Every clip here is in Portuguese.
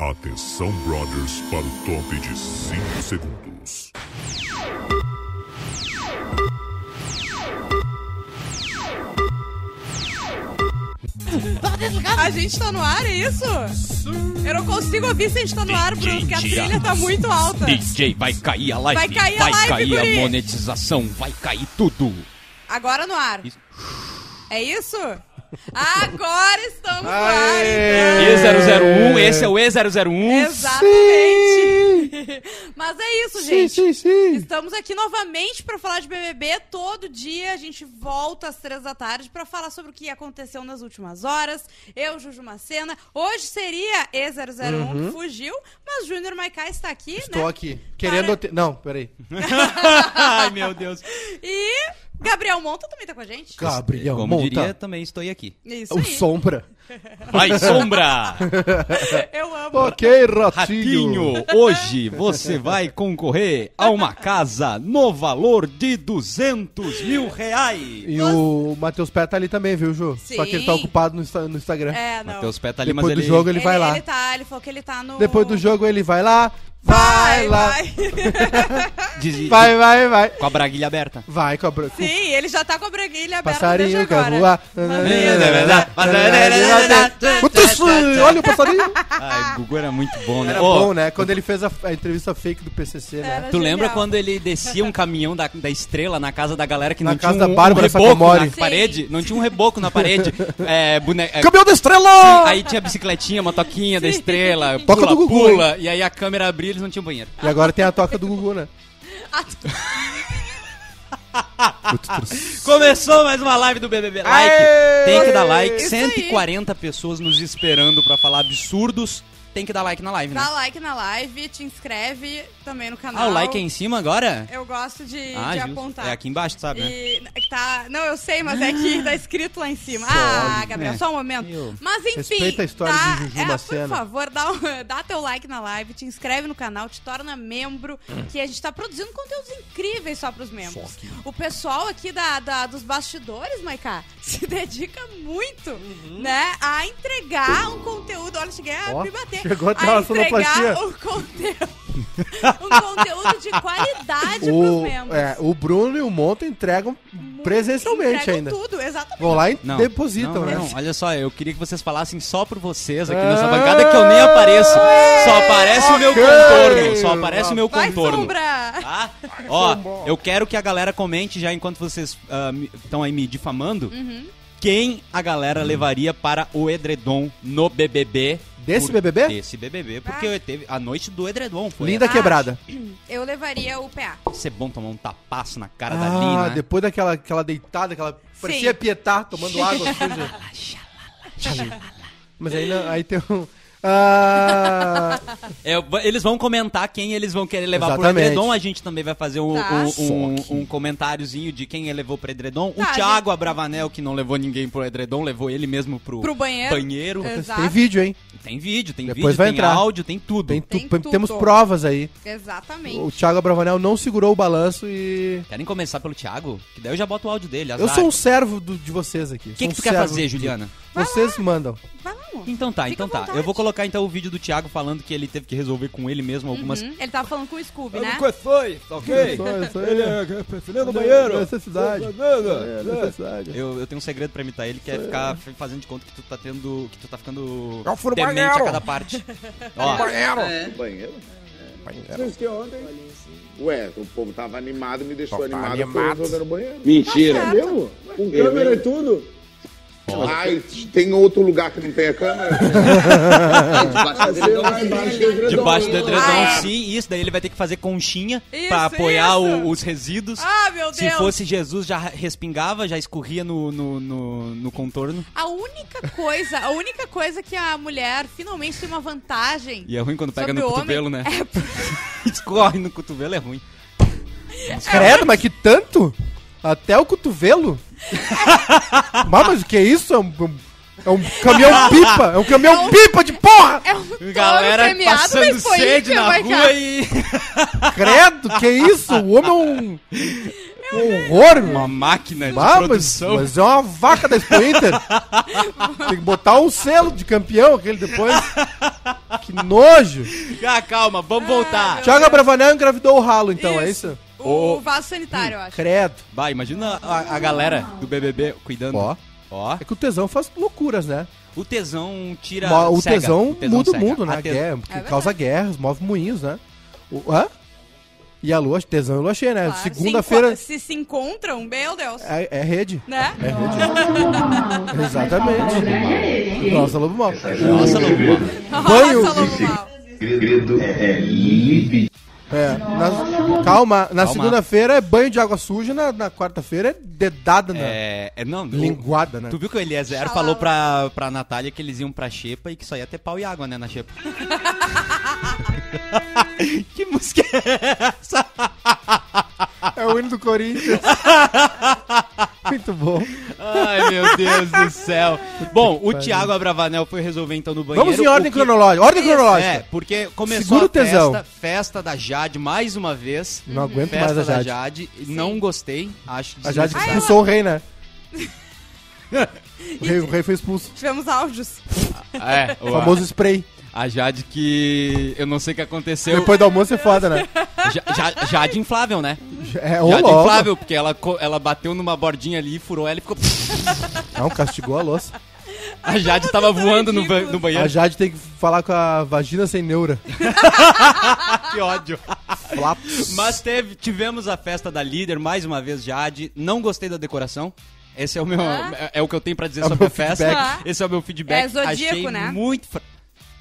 Atenção, brothers, para o top de 5 segundos. A gente tá no ar, é isso? Eu não consigo ouvir se a gente tá no ar, Bruno, porque a trilha tá muito alta. DJ, vai cair a live. Vai cair a live, cair a guri. monetização. Vai cair tudo. Agora no ar. Isso. É isso? Agora estamos no ar, então. E001, esse é o E001. Exatamente. Mas é isso, né? gente. Estamos aqui novamente pra falar de BBB. Todo dia a gente volta às três da tarde pra falar sobre o que aconteceu nas últimas horas. Eu, Juju Macena. Hoje seria E001 que um, fugiu, mas Júnior Maikai está aqui, Estou né? aqui. Querendo. te- Não, peraí. Ai, meu Deus. E Gabriel Monta também tá com a gente. Gabriel, Como monta. diria, também estou aqui. Isso O aí. Sombra. Vai, Sombra. é- Eu amo. Ok, ratinho. Ratinho, hoje você vai concorrer a uma casa no valor de 200 mil reais. E o Matheus Pé tá ali também, viu, Ju? Só que ele tá Sim. ocupado no, Insta- no Instagram. É, não. Matheus Pé tá ali, Depois mas do ele... jogo ele, vai lá. Ele tá, ele falou que ele tá no... Depois do jogo ele vai lá. Vai, lá. vai. diz- Vai, vai, vai. Com a braguilha aberta. Vai, cobra. com- Sim, ele já tá com a braguilha aberta Passarinho desde que vai agora. voar. Muitos- Olha o passarinho. É Ai, Ah, Gugu era muito bom, né? Era Ô, bom, né? Quando ele fez a, a entrevista fake do PCC, né? Era Tu lembra É, genial. quando ele descia um caminhão da, da estrela na casa da galera que Na não casa tinha da um, Bárbara um reboco Sacomori. na parede? Não tinha um reboco na parede. É, bone... é, Campeão da estrela! aí tinha bicicletinha, motoquinha da estrela, Toca do Gugu, pula, e aí a câmera abria e eles não tinham banheiro. E agora tem a toca do Gugu, né? Ah, tu- Começou mais uma live do BBB Like. Aê! Tem que dar like. Isso 140 pessoas nos esperando pra falar absurdos. Tem que dar like na live, né? Dá like na live, te inscreve também no canal. Ah, o like é em cima agora? Eu gosto de, Ah, de justo. apontar. É aqui embaixo, sabe, né? E que tá, não, eu sei, mas é que tá escrito lá em cima. Só ah, olha, Gabriel, né? só um momento. Eu- Mas enfim. Respeita a história tá, de Juju é, Por Macena. favor, dá, um- dá teu like na live, te inscreve no canal, te torna membro, que a gente tá produzindo conteúdos incríveis só pros membros. O pessoal aqui da, da- dos bastidores, Maiká, se dedica muito, né, a entregar um conteúdo. Olha, cheguei a Uhum. Ó, me bater. chegou até a uma sonoplastia. entregar um conteúdo, um conteúdo de qualidade pros O, membros. é, o Bruno e o Monta entregam presencialmente Entregam ainda. tudo, exatamente. Vão lá e Não. depositam, não, né? Ah, não, olha só, eu queria que vocês falassem só por vocês aqui nessa bancada que eu nem apareço. Só aparece o meu Ok. contorno, só aparece o meu Vai, contorno. Sombra! Tá? Ó, eu quero que a galera comente já enquanto vocês estão aí me difamando. Quem a Hum. galera levaria para o edredom no BBB? Desse BBB? Desse BBB, porque eu teve a noite do edredom. Foi Linda essa. quebrada. Eu levaria o PA. Isso é bom tomar um tapaço na cara da Ah, Lina. depois daquela aquela deitada, aquela parecia Pietá tomando água suja. Mas aí, não- aí tem um... Ah, É, v- eles vão comentar quem eles vão querer levar pro Exatamente. edredom. A gente também vai fazer um, Tá. um- um- um comentáriozinho de quem levou pro edredom. Tá, o Thiago Abravanel, que não levou ninguém pro edredom, levou ele mesmo pro, Pro banheiro. É. banheiro. Exato. tem vídeo, hein? Tem vídeo, tem Depois vídeo, vai tem entrar. áudio, tem tudo. Tem Tem tu- tudo. Temos provas aí. Exatamente. O Thiago Abravanel não segurou o balanço e... Querem começar pelo Thiago? Que daí eu já boto o áudio dele. Eu azar. sou um servo do- de vocês aqui. O que, Sou que um tu quer servo fazer, de- Juliana? Vocês mandam. Vai lá, amor. Então tá, Fica então à tá. vontade. Eu vou colocar então o vídeo do Thiago falando que ele teve que resolver com ele mesmo algumas. Hum, Ele tava falando com o Scooby, né? foi, ok? Ele é filho do banheiro. Necessidade. É, necessidade. Eu, eu tenho um segredo pra imitar ele, que é ficar f- fazendo de conta que tu tá tendo. que tu tá ficando É Eu fui no demente a banheiro. cada parte. Ó, banheiro. Ué, o povo tava animado, me deixou Tava animado, animado. foi eu jogando banheiro. Mentira. Tá certo. Eu? Com câmera e tudo? é Tipo, Ai, tem outro lugar que não tem a câmera? debaixo do edredom, Ah, é. sim, isso. Daí ele vai ter que fazer conchinha Isso, pra apoiar isso. o- os resíduos. Ah, meu Deus! Se fosse Jesus, já respingava, já escorria no, no, no, no contorno. A única coisa, a única coisa que a mulher finalmente tem uma vantagem E é ruim quando pega sobre no o cotovelo, homem é né? Escorre no cotovelo, é ruim. Credo, mas que tanto? Até o cotovelo? mas, mas o que é isso? É um, é um caminhão pipa! É um caminhão pipa de porra! É, é um touro Galera premiado, passando mas foi sede ímpio, na vai rua cá. e. Credo, que é isso? O homem é um, um horror, Uma mano. máquina de Ah, mas, produção. mas é uma vaca da Expo Inter. Tem que botar um selo de campeão aquele depois. Que nojo. Ah, calma, vamos Ah, voltar. Tiago Abravanel engravidou o ralo, então, é isso? O, Ô. vaso sanitário, eu acho. Credo. Vai, imagina a, a galera do BBB cuidando. Ó. Ó. É que o tesão faz loucuras, né? O tesão tira. Mo- o, cega. tesão muda cega. o mundo, né? A É tes- Guerra, que verdade. causa guerras, move moinhos, né? O, hã? E a lua, tesão e lua cheia, né? Claro. Se Segunda-feira enco- Se se encontram, meu Deus. é, é rede. Né? É rede. Exatamente. Nossa, lobo mal. Nossa, loucura. Banho. Nossa, Lobo. Segredo é livre. É, na- calma, na Calma. segunda-feira é banho de água suja, na, na quarta-feira é dedada na É, é, não, o- linguada, né? Tu viu que o Eliezer Xalala. falou pra, pra Natália que eles iam pra Xepa e que só ia ter pau e água, né, na Xepa? que música é essa? É o hino do Corinthians. Muito bom. Ai, meu Deus do céu. Bom, o Thiago Abravanel foi resolver então no banheiro. Vamos em o ordem que- cronológica. Ordem cronológica. É, porque começou Segura a o tesão. festa, festa da Jade mais uma vez. Não aguento Festa mais a da Jade. Jade. Não gostei, acho A Jade desnecessário. expulsou o rei, né? o, rei, o rei foi expulso. Tivemos áudios. É, O o- famoso spray. a Jade que eu não sei o que aconteceu. Depois do almoço é foda, né? Ja- ja- Jade inflável, né? É Jade louco. inflável, porque ela, co- ela bateu numa bordinha ali, furou ela e ficou. Não, É um, castigou a louça. A Jade tava voando no, ba- ridículo. no A banheiro. Jade tem que falar com a vagina sem neura. Que ódio. Flaps. Mas teve, tivemos a festa da líder, mais uma vez, Jade. Não gostei da decoração. Esse é o meu. É, é o que eu tenho pra dizer É o sobre a meu festa. feedback. Esse é o meu feedback. Ah. É zodíaco, Achei né? Muito. fra-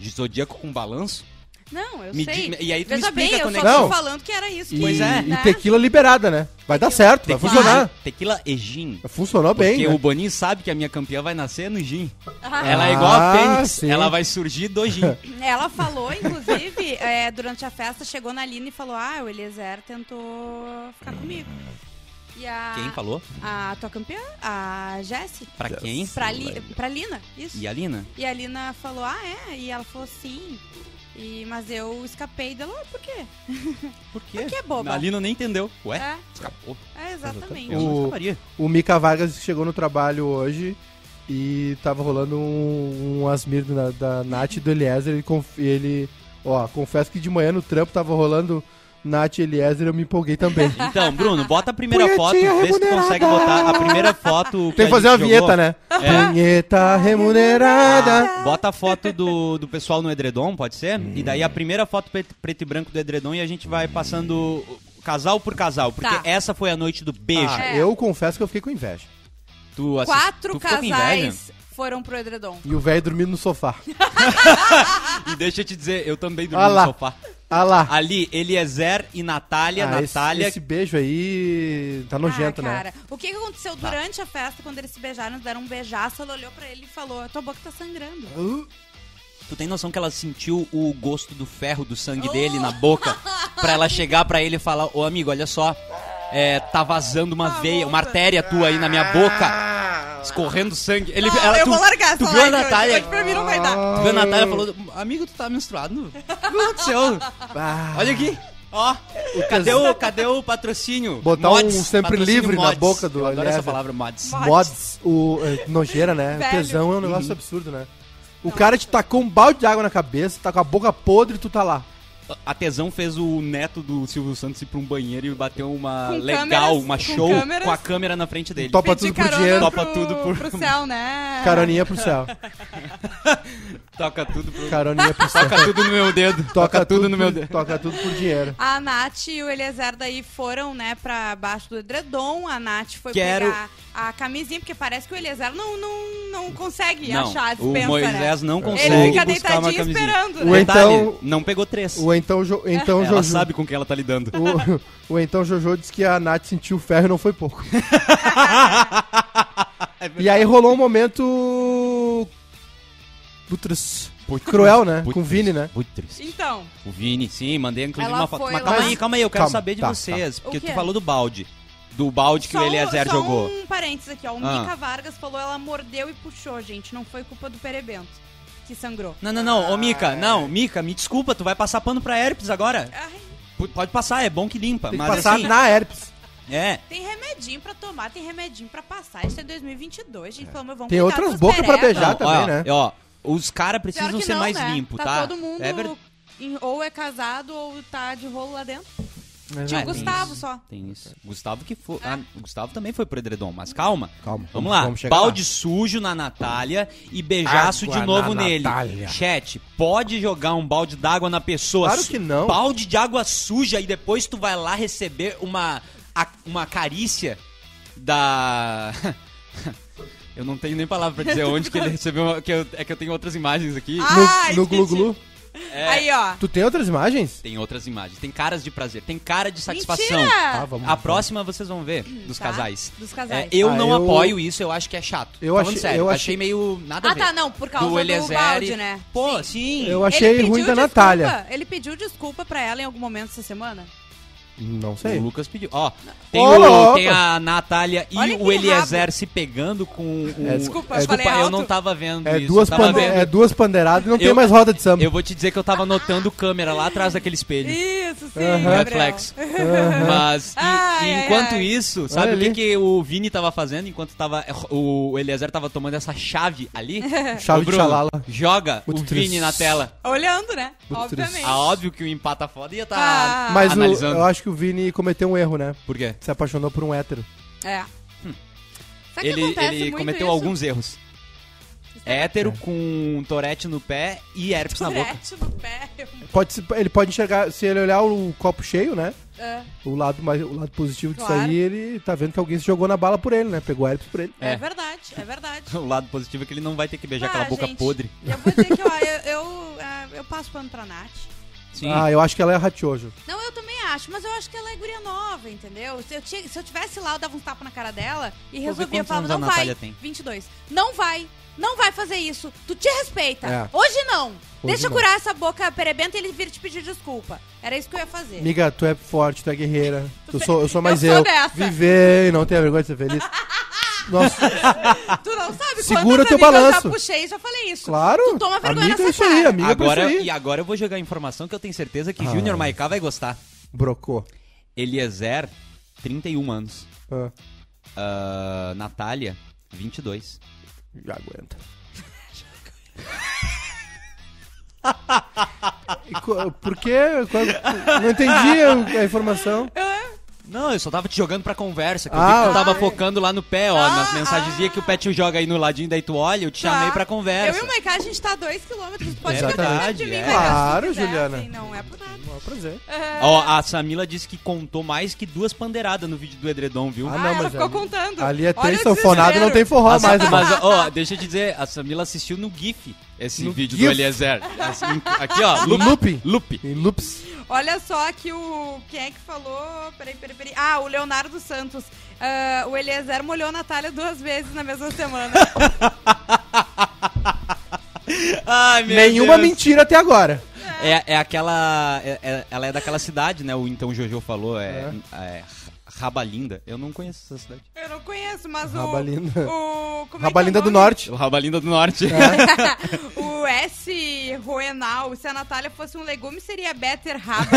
Zodíaco com balanço? Não, eu Me sei. di- e aí tu Veja me explica bem, eu quando só é que- tô Não. falando que era isso. E, que- né, Pois é. e tequila liberada, né? Vai dar certo, vai funcionar. Tequila e gin. Funcionou bem. Porque né? o Boninho sabe que a minha campeã vai nascer no gin. Ah, Ela é igual a Ah, Fênix. sim. Ela vai surgir do gin. Ela falou, inclusive, é, durante a festa, chegou na Aline e falou: Ah, o Eliezer tentou ficar comigo. E a, Quem falou? A tua campeã, a Jessie. Pra quem? Pra, Li, pra Lina, isso. E a Lina? E a Lina falou, ah, é? E ela falou, sim. E, mas eu escapei dela, "Ah, por quê? Por quê? Porque é boba. A Lina nem entendeu. Ué? É, Escapou. é, exatamente. Eu não O- escaparia. O Mika Vargas chegou no trabalho hoje e tava rolando um, um Asmir da, da Nath e do Eliezer. Ele, conf- ele, ó, confesso que de manhã no trampo tava rolando Nath e Eliezer eu me empolguei também. Então, Bruno, bota a primeira foto, Punhetinha vê se tu remunerada. consegue botar a primeira foto. Tem que fazer uma a gente jogou. É. vinheta, né? Vinheta remunerada. Ah, Bota a foto do, do pessoal no edredom, pode ser? E daí a primeira foto preto, preto e branco do edredom e a gente vai passando casal por casal, porque Tá. essa foi a noite do beijo. Ah, É. Eu confesso que eu fiquei com inveja. Tu assis- Quatro tu ficou com inveja? casais foram pro edredom. E o velho dormindo no sofá. E deixa eu te dizer, eu também Ah dormi no lá. sofá. Ah lá. Ali, Eliezer e Natália, Ah, esse- Natália. Esse, beijo aí tá nojento, ah, né? cara. O que, que aconteceu Tá. durante a festa, quando eles se beijaram, eles deram um beijaço, ela olhou pra ele e falou, tua boca tá sangrando. Uh, Tu tem noção que ela sentiu o gosto do ferro, do Oh! sangue dele na boca? Pra ela chegar pra ele e falar: Ô amigo, olha só, é, tá vazando uma Ah, veia, uma volta. artéria tua aí na minha boca, escorrendo sangue. Ele, Não, ela, Ah! eu tu, vou largar essa tu viu a live hoje, Natália? Ah, hoje pra mim não vai dar. Ah, Tu viu a Natália e falou: Amigo, tu tá menstruado? O que aconteceu? bah. Olha aqui, ó. Cadê o, cadê o patrocínio? Botar um sempre patrocínio livre na boca do Eu adoro essa Eliezer. palavra, mods. Mods. Mods, o é, nojeira, né? Velho. O tesão é um negócio absurdo, né? O cara te tacou um balde de água na cabeça, tá com a boca podre e tu tá lá. A Tesão fez o neto do Silvio Santos ir pra um banheiro e bateu uma Com legal, câmeras, uma com show câmeras. com a câmera na frente dele. Topa Pedir tudo por carona dinheiro. Topa tudo por- pro céu, É. né? Caroninha pro céu. Toca tudo pro... Caroninha pro céu. Toca tudo no meu dedo. Toca, tudo, no meu por- dedo. Toca tudo por dinheiro. A Nath e o Eliezer daí foram, né, pra baixo do edredom. A Nath foi Quero- pegar a camisinha, porque parece que o Eliezer não, não, não consegue Não, achar a o dispensa, né? Moisés não consegue Ele fica buscar uma deitadinho camisinha. esperando, Ou né? Detalhe, então- não pegou três. O então, jo, então Ela Jojo. sabe com quem ela tá lidando. O, o então Jojo disse que a Nath sentiu o ferro e não foi pouco. É e aí rolou um momento. Putris. Cruel, né? Putz, Com o Vini, né? Muito triste. Então, O Vini, sim, mandei inclusive Ela uma foto. foi Mas lá- calma aí, calma aí, eu quero Calma, saber de tá, vocês. Porque O tu quê? falou do balde. Do balde que só o um- Eliezer só jogou. um parênteses aqui, ó. O Ah. Mica Vargas falou, ela mordeu e puxou, gente. Não foi culpa do perebento, que sangrou. Não, não, não, ô Ah. Mika, não, Mika, me desculpa, tu vai passar pano pra herpes agora? Ai, P- Pode passar, é bom que limpa, Tem que mas passar assim, na herpes. é, tem remedinho pra tomar, tem remedinho pra passar. Isso é 2022, gente. Pelo amor, vamos Tem cuidar outras com os bocas pra perebas. beijar. Já Não, também, ó, né? Ó, Os caras precisam Pior que ser não, mais né? limpos, tá? tá? todo mundo É ver- em- ou é casado ou tá de rolo lá dentro. Tinha É, o tem Gustavo isso, só. Tem isso. Gustavo que foi. ah, o Gustavo também foi pro edredom, mas calma. Calma, Vamos, vamos- lá. vamos chegar Balde lá. sujo na Natália e beijaço Água de novo na nele. Natália. Chat, pode jogar um balde d'água na pessoa. Claro que não. Balde de água suja e depois tu vai lá receber uma, a- uma carícia da. Eu não tenho nem palavra pra dizer onde que ele recebeu. uma- que eu- é que eu tenho outras imagens aqui. Ah, No, Ai, no Glu Glu. É. Aí, ó. Tu tem outras imagens? Tem outras imagens. Tem caras de prazer. Tem cara de satisfação. Mentira! Ah, vamos. A próxima vocês vão ver, dos Tá, casais. dos casais. É, eu Ah, não eu- apoio isso, eu acho que é chato. Eu Falando achei- sério, eu achei... achei- meio nada a Ah, ver. tá, não, por causa do, Eliezer balde, e- né? Pô, sim. Eu Ele achei pediu ruim da desculpa? Natália. Ele pediu desculpa pra ela em algum momento essa semana? Não O sei. Lucas pediu. Ó, tem, Ô, o, louco. tem a Natália e Olha que o Eliezer se pegando com o... É, desculpa, eu eu falei alto. não tava vendo É isso. duas, eu tava pande- vendo- é duas pandeiradas e não Eu- tem mais roda de samba. Eu vou te dizer que eu tava anotando câmera lá atrás daquele espelho. Isso, sim, Aham. Gabriel. Reflexo. Mas, e- Ai, e ai, enquanto ai. isso, sabe Olha o que, ali. que o Vini tava fazendo enquanto tava, eh, o Eliezer tava tomando essa chave ali? Ô, Chave de Bruno, xalala. Joga o Muito Vini triste. na tela. Olhando, né? Muito Obviamente. Ah, óbvio que o empata foda ia tá Ah. Mas o- analisando. eu acho que o Vini cometeu um erro, né? Por quê? Se apaixonou por um hétero. É. Sabe É que Hum. Ele, acontece ele muito cometeu isso? alguns erros. É Hétero com um torete no pé e herpes É. na boca. Tourette no pé. Pode, se- ele pode enxergar, se ele olhar o copo cheio, né? É, O lado, mais, o lado positivo disso Claro. aí, ele tá vendo que alguém se jogou na bala por ele, né? Pegou a herpes por ele. é É. verdade, é verdade. O lado positivo é que ele não vai ter que beijar Ah, aquela boca gente, podre. Eu vou dizer que ó, eu, eu, ah, eu passo pano pra Nath. Sim. Ah, eu acho que ela é ratiojo. Não, eu também acho, mas eu acho que ela é guria nova, entendeu? Se eu, tinha- se eu tivesse lá, eu dava um tapa na cara dela e resolvia. Eu quantos falava, anos a não vai, Natália tem. 22. Não vai, não vai fazer isso. Tu te respeita. É. Hoje não. Deixa eu não. curar essa boca perebenta e ele vir te pedir desculpa. Era isso que eu ia fazer. Amiga, tu é forte, tu é guerreira. Tu sou, eu sou mais eu eu. sou dessa. Vivei, não tenha vergonha de ser feliz. Nossa, Tu não sabe Segura quantas teu amigas balanço. Eu já puxei e já falei isso. claro. Tu toma vergonha amiga é nessa isso aí, cara. amiga é Agora, isso aí. e agora eu vou jogar a informação que eu tenho certeza que Junior Maiká vai gostar. Brocou. Eliezer, 31 anos. Ah, Ah, Natália, 22. já aguenta. E co- Por quê? Qual- Não entendi a informação. Não, eu só tava te jogando pra conversa, que eu vi Ah, que tu tava ok. focando lá no pé, ó, nas Ah, mensagenzinhas que o Pet joga aí no ladinho, daí tu olha, eu te chamei Tá. pra conversa. Eu e o Maiká, a gente tá a dois quilômetros. Tu pode É ficar perto verdade, de mim, é. Maiká, se tu Claro, quiser, Juliana. assim, não é por nada. Bom, prazer. Ah, Ó, a Samila disse que contou mais que duas pandeiradas no vídeo do Edredom, viu? Ah, Ah, não, ela mas ficou ali- contando. Ali é Olha três o sanfonados e não tem desespero. forró Mas- é, mais. né? irmão. mas, ó, deixa eu dizer, a Samila assistiu no GIF esse No vídeo do GIF? Eliezer. Assim, Aqui, ó, No loop. loop. Loop. Em loops. Olha só que o... Quem é que falou? Peraí, peraí, peraí. Ah, o Leonardo Santos. Ah, o Eliezer molhou a Natália duas vezes na mesma semana. Ai, meu Nenhuma Deus. mentira até agora. É, é aquela. é- é- ela é daquela cidade, né? O então Jojo falou, é. é Rabalinda. Eu não conheço essa cidade. Eu não conheço, mas o... Rabalinda. O... Como é que é o Rabalinda do nome? Norte. Rabalinda do Norte. É, O S. Roenal. Se a Natália fosse um legume, seria beterraba.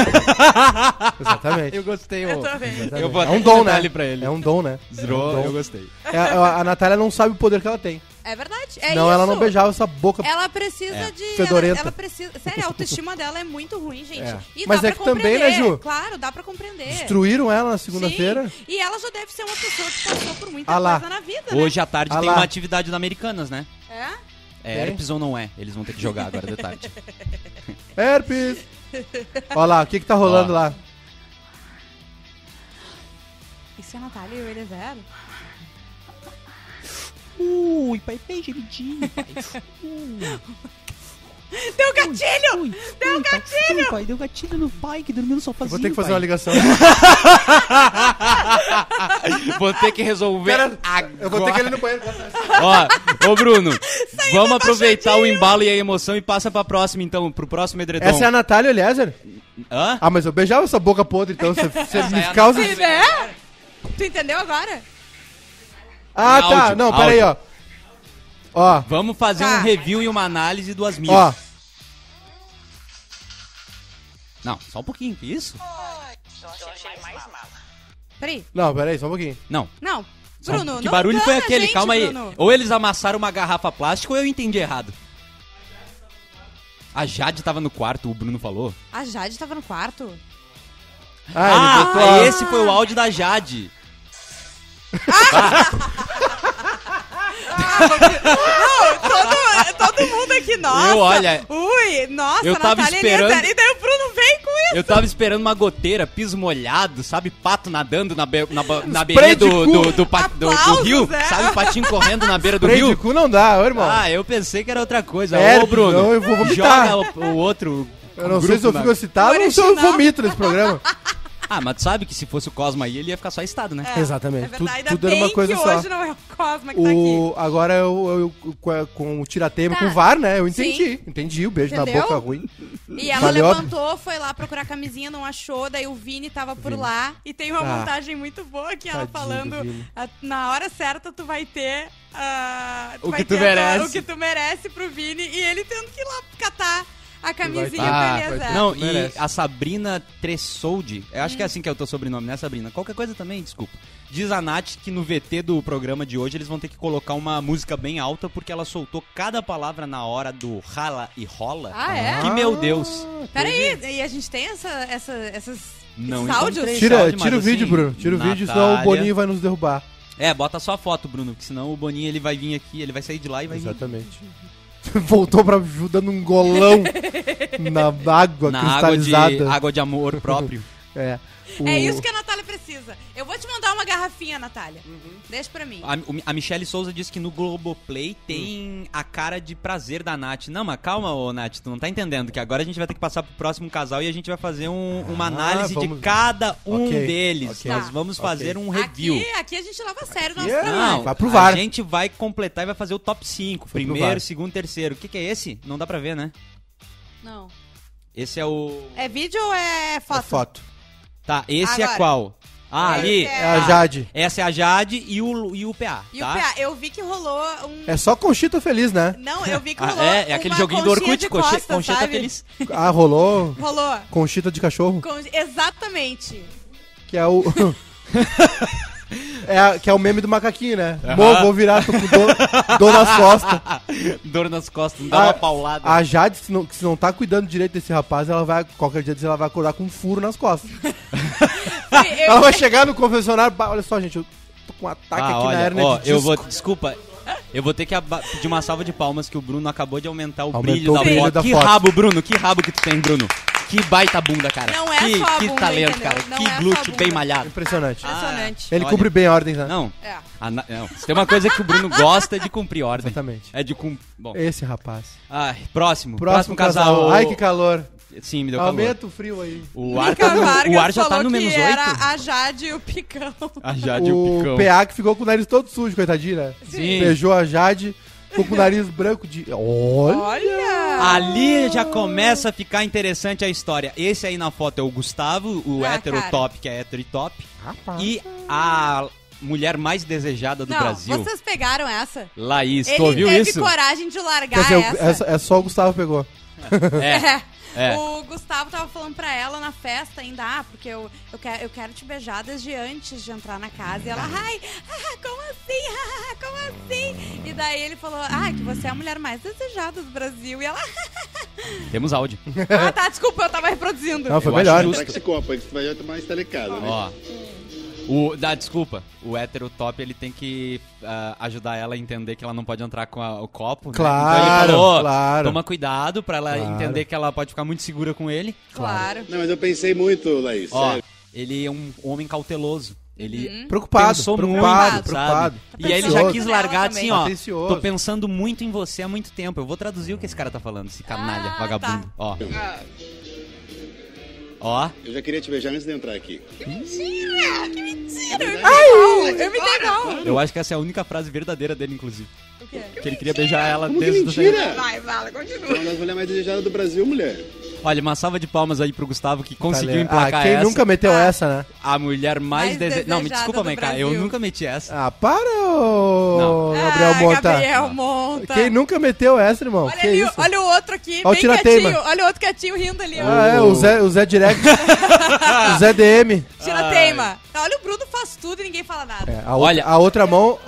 Exatamente. Eu gostei, Eu também. Eu vou é até um dom, né? detalhe pra ele. É um dom, né? Zero, É um dom. eu gostei. É, a, a Natália não sabe o poder que ela tem. É verdade. É não, isso. ela não beijava essa boca. Ela precisa É. de. Ela, Fedorenta. ela precisa. Sério, a autoestima dela é muito ruim, gente. É. E Mas dá é pra que também, compreender. né, Ju? Claro, dá pra compreender. Destruíram ela na é. Sim. segunda-feira. E ela já deve ser uma pessoa que passou por muita Ah lá. coisa na vida, né? Hoje à tarde Ah tem lá. uma atividade da Americanas, né? É? É Tem? herpes ou não é? Eles vão ter que jogar agora de tarde. Herpes. Olha lá, o que que tá rolando Ó. lá? E se a Natália e o Eliezer? Ui, pai, bem gemidinho, pai. Deu gatilho! Deu gatilho! pai, deu gatilho no pai que dormiu no Eu sofazinho, vou ter que fazer uma ligação. Vou ter que resolver Cara, agora. Tá Eu vou ter que ir ali no banheiro. Ó, ô Bruno, vamos aproveitar o embalo e a emoção e passa pra próxima, então, pro próximo edredom. Essa é a Natália Eliezer? Hã? Ah, mas eu beijava essa boca podre, então você, você é a me causa. Sim, né? Tu entendeu agora? Ah, Áudio, tá. Não, peraí, ó. Ó, Vamos fazer Tá. um review e uma análise do Asmir. ó. Não, só um pouquinho. que Isso? Peraí. Não, peraí, só um pouquinho. Não. Não. só um- Bruno, que não barulho engana foi a aquele? gente, Calma aí. Bruno. Ou eles amassaram uma garrafa plástica ou eu entendi errado. A Jade tava no quarto, o Bruno falou. A Jade tava no quarto? Ah, ele botou a- esse foi o áudio da Jade. Todo, todo mundo aqui, nossa. olha, Ui, nossa, eu tava Natália esperando- Eliezer. E daí o Bruno vem com isso. Eu tava esperando uma goteira, piso molhado, sabe? Pato nadando na, be na, ba- na beira Spray de do, cu. do, do pa- do- do Aplausos, rio, é. sabe? Patinho correndo na beira do Freio de rio. cu não dá, ô irmão. Ah, eu pensei que era outra coisa. Sério, Ô, Bruno, não, eu vou vomitar. joga o, o outro. eu não grupo sei se eu na- fico assim. excitado ou se eu original. vomito nesse programa. Ah, mas tu sabe que se fosse o Cosma aí, ele ia ficar só estado, né? Exatamente, É tudo- verdade, tudo ainda era bem uma coisa que só. hoje não é o Cosma que tá aqui. Tá. O, agora eu, eu- com a- com o tirateima, com o VAR, né? Eu entendi. Entendi o beijo na Entendeu? boca ruim. E ela Valeu. levantou, foi lá procurar a camisinha, não achou, daí o Vini tava por lá. E tem uma Ah. montagem muito boa que ela Tadinho do falando: Vini. "Ah, na hora certa tu vai ter. ah, O vai que tu ter a- merece." o que tu merece pro Vini. E ele tendo que ir lá catar a camisinha, Ah, beleza. vai ter. Não, e Merece. a Sabrina Tressoldi, eu acho que é assim que é o teu sobrenome, né, Sabrina? Qualquer coisa também, desculpa. Diz a Nath que no VT do programa de hoje eles vão ter que colocar uma música bem alta porque ela soltou cada palavra na hora do rala e rola. Ah, é? Que meu Deus. Peraí, e a gente tem essa, essa, essas, Não esses áudios? encontrei. Tira, Sabe, mas tira o vídeo, assim, Bruno. Tira o vídeo, senão o Natália- Boninho vai nos derrubar. É, bota só a foto, Bruno, porque senão o Boninho ele vai vir aqui, ele vai sair de lá e vai vir. Exatamente. Voltou pra ajuda num golão na água Na água de, cristalizada. água de amor próprio. É. O- É isso que a Natália precisa. Eu vou te mandar uma garrafinha, Natália. Deixa pra mim. A, o- a Michelle Souza disse que no Globoplay tem a cara de prazer da Nath. Não, mas calma, ô, Nath, tu não tá entendendo que agora a gente vai ter que passar pro próximo casal e a gente vai fazer um- uma Ah, análise de vamos- cada um Ok, deles. ok, Nós Tá. vamos ok. fazer um review. Aqui, aqui a gente leva a sério o nosso é- trabalho. Não, Vai pro VAR. a gente vai completar e vai fazer o top 5. Foi pro Primeiro, VAR. segundo, terceiro. O que, que é esse? Não dá pra ver, né? Não. Esse é o... É vídeo ou é foto? É foto. Tá, esse Agora. é qual? Ah, Esse é- ali. É a Ah, Jade. Essa é a Jade e o, e o PA, E tá? o PA, eu vi que rolou um. É só Conchita Feliz, né? Não, eu vi que Ah, rolou. é, é aquele uma joguinho do conchinha Orkut, de conche- costa, Concheta sabe? Feliz. Ah, rolou Rolou. Conchita de cachorro, Con- Exatamente. que é o... É a- que é o meme do macaquinho, né? Bom, vou virar tô com dor, dor nas costas. Dor nas costas, dá uma paulada. Ah, A Jade, se não, que se não tá cuidando direito desse rapaz, ela vai, qualquer dia, ela vai acordar com um furo nas costas. Ah, E eu- Ela vai chegar no confessionário, "Bah, olha só, gente, eu tô com um ataque Ah, aqui olha, na hernia ó, de disco. eu vou, desculpa, eu vou ter que aba- pedir uma salva de palmas que o Bruno acabou de aumentar o Aumentou brilho, da, o brilho foto. da Que foto. rabo, Bruno, que rabo que tu tem, Bruno. Que baita bunda, cara. Não é que, só a que bunda, talento, entendeu? cara. Não que é só a glúteo bunda. bem malhado. Impressionante. Impressionante. Ele Ah, Olha. cumpre bem a ordem, né? Não. É. a na- não. Se tem uma coisa que o Bruno gosta é de cumprir ordem. Exatamente. É de cumprir. Bom. Esse rapaz. Ai, próximo. Próximo, casal. Ai, que calor. Sim, me deu calor. Aumenta o frio aí. O ar, Mica tá no- Vargas o ar já tá falou no menos Ah, que 8. era a Jade e o Picão. A Jade O PA que ficou com o nariz todo sujo, coitadinho, né? Tá Sim. Beijou a Jade, ficou com o nariz branco de. Olha! Olha! Ah, Ali já começa a ficar interessante a história. Esse aí na foto é o Gustavo, o Ah, hétero cara. top, que é hétero e top. E a mulher mais desejada do Não, Brasil, vocês pegaram essa? Laís. Ele tu ouviu teve isso? coragem de largar Quer dizer, o- Ah, essa. essa- é só o Gustavo pegou. É. É. O Gustavo tava falando pra ela na festa ainda, ah, porque eu, eu, quero, eu quero te beijar desde antes de entrar na casa. É. E ela, ai, ah, como assim? Ah, como assim? E daí ele falou, ah, que você é a mulher mais desejada do Brasil. E ela, Temos áudio. ah, tá, desculpa, eu tava reproduzindo. Não, foi Eu melhor. acho Será que você compra? Que você vai tomar mais telecado, né? Ó. O, dá, desculpa, o hétero top ele tem que ah, ajudar ela a entender que ela não pode entrar com a- o copo. né? Claro, Então ele falou, claro. Toma cuidado pra ela Claro. entender que ela pode ficar muito segura com ele. Claro. Não, mas eu pensei muito, Laís. Ó, sério. ele é um homem cauteloso. Ele Uhum. Preocupado, pensou preocupado, muito, preocupado. sabe? E ele já Atencioso. quis largar assim, ó. Atencioso. Tô pensando muito em você há muito tempo. Eu vou traduzir o que esse cara tá falando, esse canalha, Ah, vagabundo. tá. Ó. Ah. Ó. Eu já queria te beijar antes de entrar aqui. Ai, eu me dei mal. Eu acho que essa é a única frase verdadeira dele, inclusive. O quê? Que ele queria beijar ela Como que desde o tempo. mentira? Vai, fala, continua. Uma das mulheres mais desejadas do Brasil, mulher. Olha, uma salva de palmas aí pro Gustavo que conseguiu Valeu. emplacar ah, quem essa. nunca meteu essa, né? A mulher mais, Mais dese... Não, me desejada desculpa, do mãe, cara. Eu Brasil. nunca meti essa. Ah, para, ô, Não. Gabriel ah, Monta. Gabriel Monta. Quem nunca meteu essa, irmão? Olha que é ali, isso? olha o outro aqui, Olha o bem tirateima. quietinho. Olha o outro quietinho rindo ali, ó. Ah, é, o Zé, o Zé Direct. o Zé DM. Tira teima. Olha o Bruno faz tudo e ninguém fala nada. É, a, Olha- outra, a outra mão.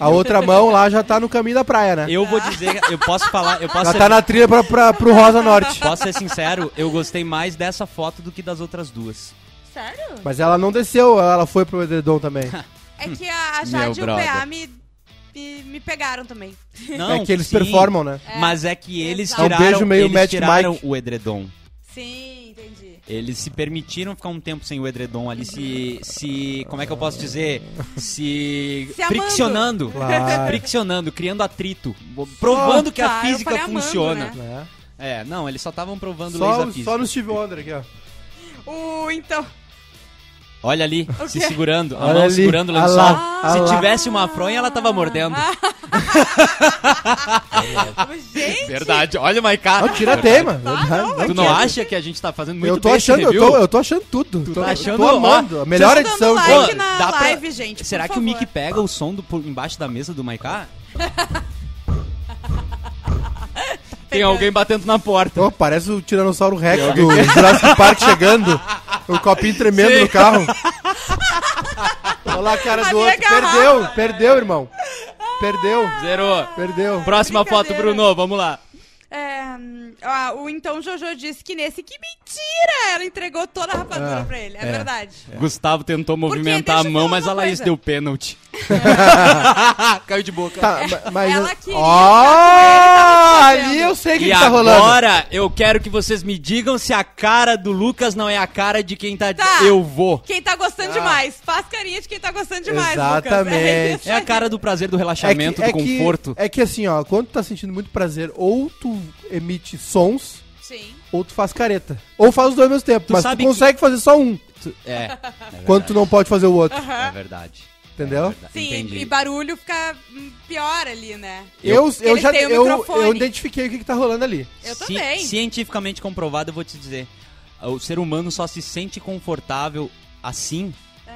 A A outra mão lá já tá no caminho da praia, né? Eu vou dizer, eu posso falar, eu posso Já ser, tá na trilha pra, pra, pro Rosa Norte. posso ser sincero, eu gostei mais dessa foto do que das outras duas. É. Sério? Mas ela não desceu, ela foi pro edredom também. É que a a Meu Jade e o brother. PA me, me, me pegaram também. Não, é que eles sim, performam, né? Mas é que eles Exato. É um tiraram, beijo meio eles Magic tiraram Mike. o edredom. Sim, entendi. Eles se permitiram ficar um tempo sem o edredom ali, se. se como é que eu posso dizer? Se. Se amando. friccionando. Claro. Friccionando, criando atrito. Provando que a Opa, eu física falei amando, funciona. né? É. É, não, eles só estavam provando leis Só, da física. só no Steve Wonder aqui, ó. O então. Olha ali, se quê? segurando, a Olha mão ali, segurando o olha lençol. lá, se olha lá. tivesse uma fronha, ela tava mordendo. Ah, Ah, Gente, Verdade, olha o Maiká. Não, tira a tema. Tu não acha que a gente tá fazendo muito eu tô bem achando, esse eu review? tô, eu tô achando tudo. tô, tá achando, tô amando. A melhor tô dando edição. like. né? de- Pô, na dá pra- live, gente, tipo, por Será que o favor. Mickey pega o som do, por embaixo da mesa do Maiká? Tem alguém batendo na porta. Pô, parece o Tiranossauro Rex do Jurassic Park chegando. O copinho tremendo no carro. Olha lá a cara A do minha outro. garrafa. Perdeu, perdeu, irmão. Perdeu, Ah, Zerou. perdeu. Próxima foto, Bruno, vamos lá. é, hum, ah, o então Jojo disse que nesse. Que mentira! Ela entregou toda a rapadura Ah, pra ele. É, verdade. Gustavo tentou movimentar deixa a eu mão, falar mas uma a Laís coisa. deu pênalti. Caiu de boca. Tá, ma- mas. Ela queria Ó, ficar com ele, tava ali eu sei o que, E que tá rolando. agora eu quero que vocês me digam se a cara do Lucas não é a cara de quem tá, Tá. eu vou. Quem tá gostando Ah. demais, faz carinha de quem tá gostando demais. Lucas. É Exatamente. isso É a aí. cara do prazer, do relaxamento, do conforto. é que assim, ó, quando tu tá sentindo muito prazer, ou tu emite sons, Sim. ou tu faz careta. Ou faz os dois ao mesmo tempo, Tu mas tu sabe consegue fazer só um, É, quando tu não pode fazer o outro, é verdade. entendeu? Sim, Entendi. e barulho fica hum, pior ali, né? Eu, eu, Eles já têm o eu, microfone. eu identifiquei o que, que tá rolando ali. Eu Ci- também. Cientificamente comprovado, eu vou te dizer. O ser humano só se sente confortável assim É.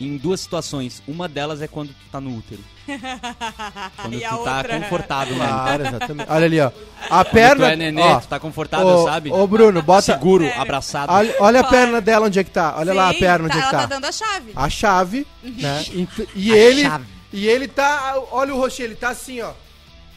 em duas situações. Uma delas é quando tu tá no útero. Quando Ah, E a tu tá outra? confortável, né? Claro, exatamente. Olha ali, ó. A Quando tu perna. é nenê, ó, tu tá confortável, ô- sabe? Ô, Bruno, bota. Seguro, abraçado. Olha, olha a perna dela onde é que tá. Olha lá a Sim, perna onde tá, é que Ela tá. tá dando a chave. A chave, né? Ent- E Uhum. A ele. chave. E ele tá. Olha o roxinho, ele tá assim, ó.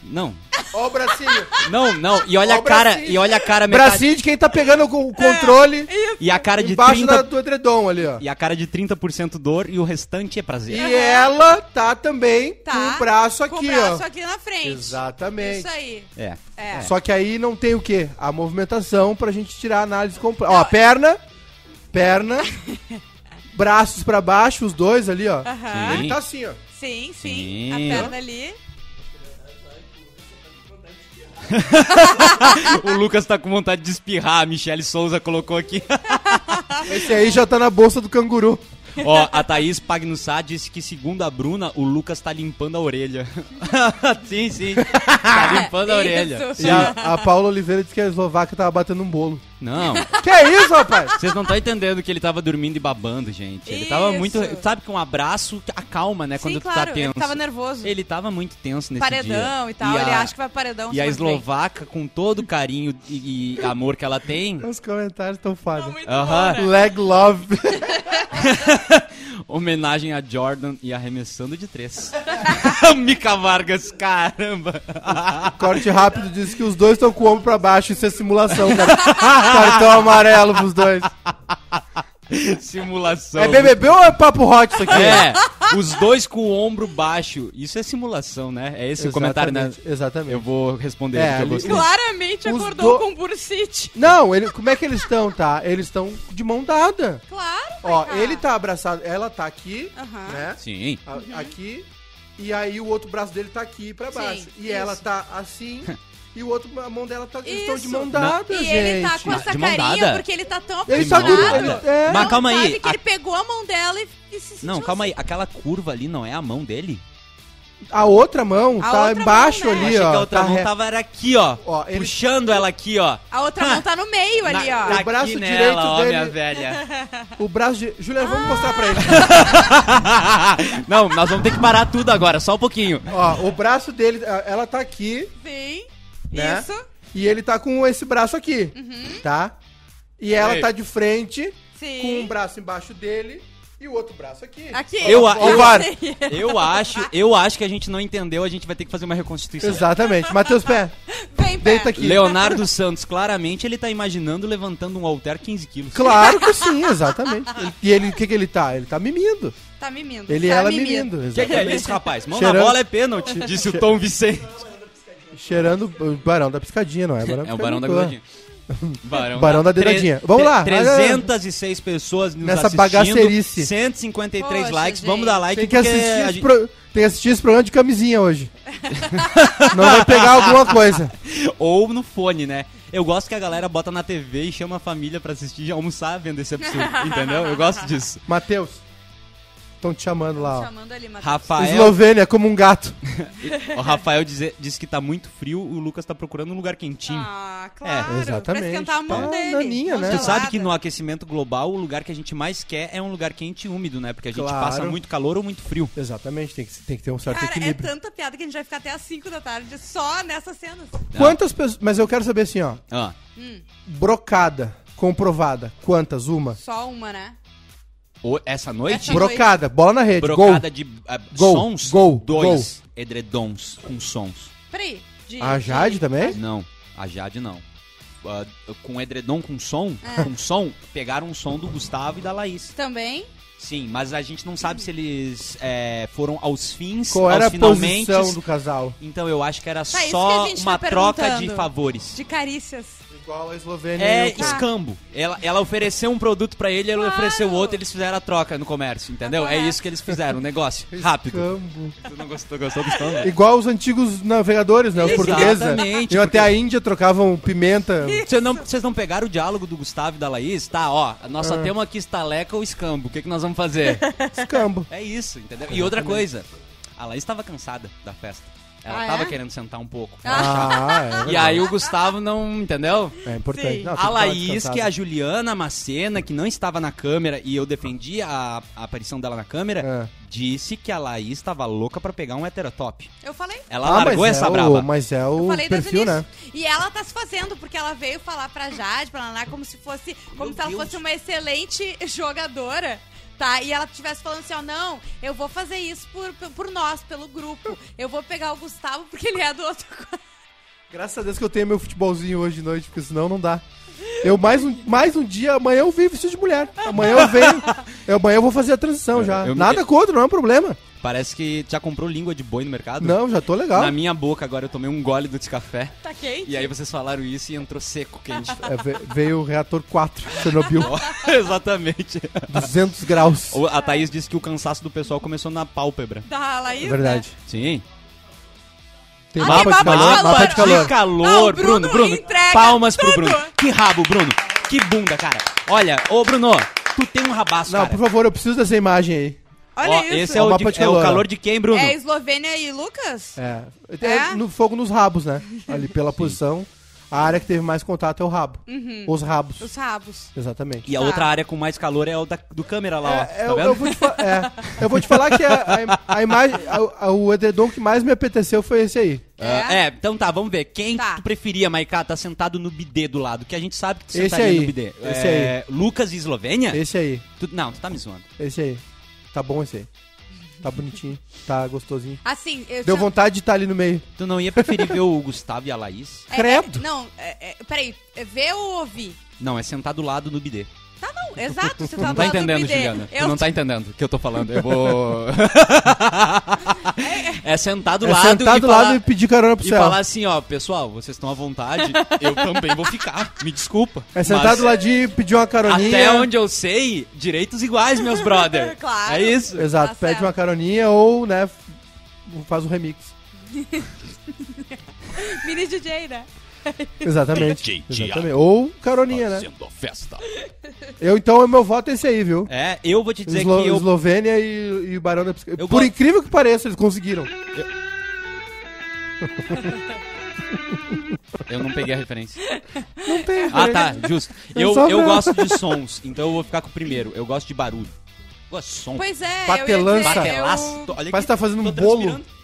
Não, Ó o bracinho. não, não. E olha Ó a o cara, bracinho. e olha a cara metade, bracinho de quem tá pegando o co- o controle e a cara de embaixo 30 da- do edredom ali, ó. e a cara de 30% dor e o restante é prazer. E ela tá também com Tá. o braço aqui, Com o braço ó. aqui na frente. Exatamente. Isso aí. É. É. Só que aí não tem o quê? A movimentação pra gente tirar a análise completa. Ó, perna, perna, braços pra baixo, os dois ali, ó. Aham. Ele tá assim, ó. Sim, sim, Sim, A ó. perna ali. O Lucas tá com vontade de espirrar, a Michelle Souza colocou aqui. Esse aí já tá na bolsa do canguru. Ó, a Thaís Pagnussá disse que, segundo a Bruna, o Lucas tá limpando a orelha. sim, sim. Tá limpando a É, Isso. orelha. E a, a Paula Oliveira disse que a Eslovaca tava batendo um bolo. Não, Que é isso, rapaz? vocês não estão entendendo que ele tava dormindo e babando, gente. Ele tava Isso. muito. Sabe que um abraço acalma, né? Quando sim, tu claro. tá ele tenso. tava nervoso. Ele tava muito tenso nesse paredão dia. e tal. a- Ele acha que vai um paredão. E semana que a vem. eslovaca, com todo o carinho e, e amor que ela tem, Os comentários tão foda. Muito Aham. bom, né? Leg love. homenagem a Jordan e arremessando de três. Mica Vargas, caramba. Corte rápido diz que os dois estão com o ombro pra baixo. Isso é simulação, cara. Cartão amarelo pros dois. Simulação. É BBB ou é papo hot isso aqui? Então, É, os dois com o ombro baixo. Isso é simulação, né? É esse o comentário, né? Exatamente, Exatamente. Eu vou responder É, porque eu ali- gostei. Claramente Os acordou do- com o Bursite. Não, ele, como é que eles estão, tá? Eles estão de mão dada. Claro. Ó, cara. ele tá abraçado, ela tá aqui, Aham. Uhum. né? Sim. A- Aqui. E aí o outro braço dele tá aqui pra baixo. Sim, e isso. ela tá assim. e o outro, a mão dela tá. Eles estão de Isso. mão Não. dada, E gente. ele tá com essa De mão carinha dada? porque ele tá tão Ele tá apaixonado. com- ele- é. Mas Não, calma aí, sabe que a- ele pegou a mão dela e, e se sentiu assim. Não, calma aí. Aquela curva ali não é a mão dele? A outra mão A tá outra embaixo mão, né? ali, Achei ó. que a outra tá mão ré- tava era aqui, ó. Ó, ele- Puxando ela aqui, ó. A outra mão tá no meio ali, ó. tá- braço aqui direito nela, ó, dele- minha velha. O braço de. Juliano, Ah. vamos mostrar pra ele. não, nós vamos ter que parar tudo agora, só um pouquinho. Ó, o braço dele, a- ela tá aqui, Sim. né? Isso. E ele tá com esse braço Uhum. aqui, tá? E ela Ei. tá de frente, Sim. com um braço embaixo dele E o outro braço aqui. Aqui. Eu, a- Ó, eu, VAR. eu acho, eu acho que a gente não entendeu, a gente vai ter que fazer uma reconstituição. Exatamente. Matheus Pé. Vem, pé. Deita aqui. Leonardo Santos, claramente, ele tá imaginando levantando um alter 15 quilos. Claro que sim, exatamente. E ele, o que que ele tá? Ele tá mimindo. Tá mimindo. Ele e tá ela mimindo. mimindo, O que, que é exatamente. isso, rapaz? Mão Cheirando- na bola é pênalti, disse o Tom Vicente. Cheirando o barão da piscadinha, não é? Barão É o Barão da Piscadinha. Bigodinha. Barão, Barão da Dedadinha. Vamos lá. 306 pessoas nos Nessa assistindo. bagacerice. 153 Poxa, likes. gente. Vamos dar like Tem que, porque assistir é a esse gente- pro- tem que assistir esse programa de camisinha hoje. Não vai pegar alguma coisa. ou no fone, né? Eu gosto que a galera bota na TV e chama a família pra assistir e almoçar vendo esse absurdo, entendeu? Eu gosto disso. Matheus, estão te chamando lá. Tá Chamando ali, Matheus. Ó. Rafael, Eslovênia, como um gato. o Rafael dize- disse que tá muito frio, o Lucas tá procurando um lugar quentinho. Ah, claro. É, exatamente. Pra esquentar a mão Tá dele. naninha, né? Tu congelada. sabe que no aquecimento global, o lugar que a gente mais quer é um lugar quente e úmido, né? Porque a gente Claro. passa muito calor ou muito frio. Exatamente, tem que, tem que ter um certo Cara, é equilíbrio. tanta piada que a gente vai ficar até às 5 da tarde só nessas cenas. Quantas pessoas. Mas eu quero saber assim, ó. Ah, Brocada, comprovada. Quantas? Uma? Só uma, né? o- essa noite, Essa noite. Brocada, bola na rede. brocada Gol. de ah, Gol. sons, Gol. dois edredons com sons. Peraí. De, A Jade de- também? Não, a Jade não. Ah, com edredom com som, É. com som, pegaram o som do Gustavo e da Laís. Também. Sim, mas a gente não sabe se eles é, foram aos fins, Qual aos era a finalmente. posição do casal? Então eu acho que era isso que só a gente tá uma troca de perguntando. favores. De carícias. Igual a Eslovênia. É e o- escambo. Ela, ela ofereceu um produto pra ele, ele Claro. ofereceu outro, eles fizeram a troca no comércio, entendeu? É correto. isso que eles fizeram, um negócio rápido. Escambo. Tu não gostou, gostou do escambo? É. Igual os antigos navegadores, né? Os portugueses. Exatamente, Iam até a Índia, trocavam pimenta. Vocês não, vocês não pegaram o diálogo do Gustavo e da Laís? Tá, ó, nós Ah. só temos aqui estaleca ou escambo, o que, que nós vamos fazer? Escambo. é isso, entendeu? E outra coisa, a Laís tava cansada da festa. Ela Ah, tava é? querendo sentar um pouco. Ah, é. E aí o Gustavo não, entendeu? É importante. Sim. Não, tem a que dar uma Laís, descansada. que é a Juliana Macena, que não estava na câmera e eu defendi a, a aparição dela na É. câmera, disse que a Laís estava louca pra pegar um heterotop. Eu falei. Ela Ah, largou mas essa é o- braba. Mas é Eu o falei desde o perfil, início. né? E ela tá se fazendo, porque ela veio falar pra Jade, pra Naná, como se fosse. Como Meu se ela Deus. fosse uma excelente jogadora. Tá, e ela estivesse falando assim, ó, não, eu vou fazer isso por, por nós, pelo grupo. Eu vou pegar o Gustavo porque ele é do outro. co-" Graças a Deus que eu tenho meu futebolzinho hoje de noite, porque senão não dá. Eu mais um, mais um dia, amanhã eu vivo vestido de mulher. Amanhã eu venho. Eu, amanhã eu vou fazer a transição já. eu me- Nada contra, não é um problema. Parece que já comprou língua de boi no mercado? Não, tá. já tô legal. Na minha boca agora eu tomei um gole do café. Tá quente? E aí vocês falaram isso e entrou seco quente. É, ve- veio o reator 4, Chernobyl, Exatamente. 200 graus. O- A Thaís disse que o cansaço do pessoal começou na pálpebra. Da Laís. É né? verdade. Sim. Tem Ah, mapa, tem mapa de de calor, calor. mapa de calor. Não, o Bruno, Bruno Bruno. entrega Palmas pro tudo. Bruno. Que rabo, Bruno. Que bunda, cara. Olha, ô Bruno, tu tem um rabaço, Não, por cara. favor, eu preciso dessa imagem aí. Olha Ó, isso. Esse é, É o o, mapa de- de é o calor. calor de quem, Bruno? É Eslovênia e Lucas? É. É? É, No fogo nos rabos, né? Ali pela posição. A área que teve mais contato é o rabo. Os rabos. Uhum. Os rabos. Exatamente. Tá. E a outra área com mais calor é o da, do câmera lá, ó. É, Tá eu, vendo? eu vou te fa- é, eu vou te falar que a, a- a imagem, a- a- o edredom que mais me apeteceu foi esse aí. Ah, É? então tá, vamos ver. Quem Tá. tu preferia, Maiká, tá sentado no bidê do lado? Que a gente sabe que tu Esse sentaria aí, no bidê. esse É, Lucas e Eslovênia? Esse aí, Tu- não, tu tá me zoando. esse aí. Tá bom esse aí. Tá bonitinho, tá gostosinho. Assim, eu Deu tinha- vontade de estar ali no meio. Tu não ia preferir ver o Gustavo e a Laís? É, é, Credo. não, é, é, peraí. É ver ou ouvir? Não, é sentar do lado no bidê. Tá, não. Exato. Você tá Não do tá lado do entendendo, bidê. Juliana. Eu Tu não tá entendendo o que eu tô falando. Eu vou. é sentar do é lado sentar e do falar... lado e pedir carona pro e céu. falar assim, ó, pessoal, vocês estão à vontade, eu também vou ficar. Me desculpa. É sentar mas do ladinho e pedir uma caroninha. Até onde eu sei, direitos iguais, meus brother. Claro. É isso. Exato, Tá pede certo. uma caroninha ou, né, f- faz um remix. Mini DJ, né? Exatamente. DJ Exatamente. Thiago. Ou caroninha, né? Fazendo a festa. Eu, então, o meu voto é esse aí, viu? É, eu vou te dizer Eslo- que eu Eslovênia e, e Barão da Piscina. Eu Por gosto. incrível que pareça, eles conseguiram. Eu não peguei a referência. Não tem. Ah, né? tá, justo. Eu, só eu pra- gosto de sons, então eu vou ficar com o primeiro. Eu gosto de barulho. Eu gosto de som. Pois é, Patelança. eu ia dizer, Batelaço. eu... Olha Parece que tá fazendo um tô bolo. transpirando.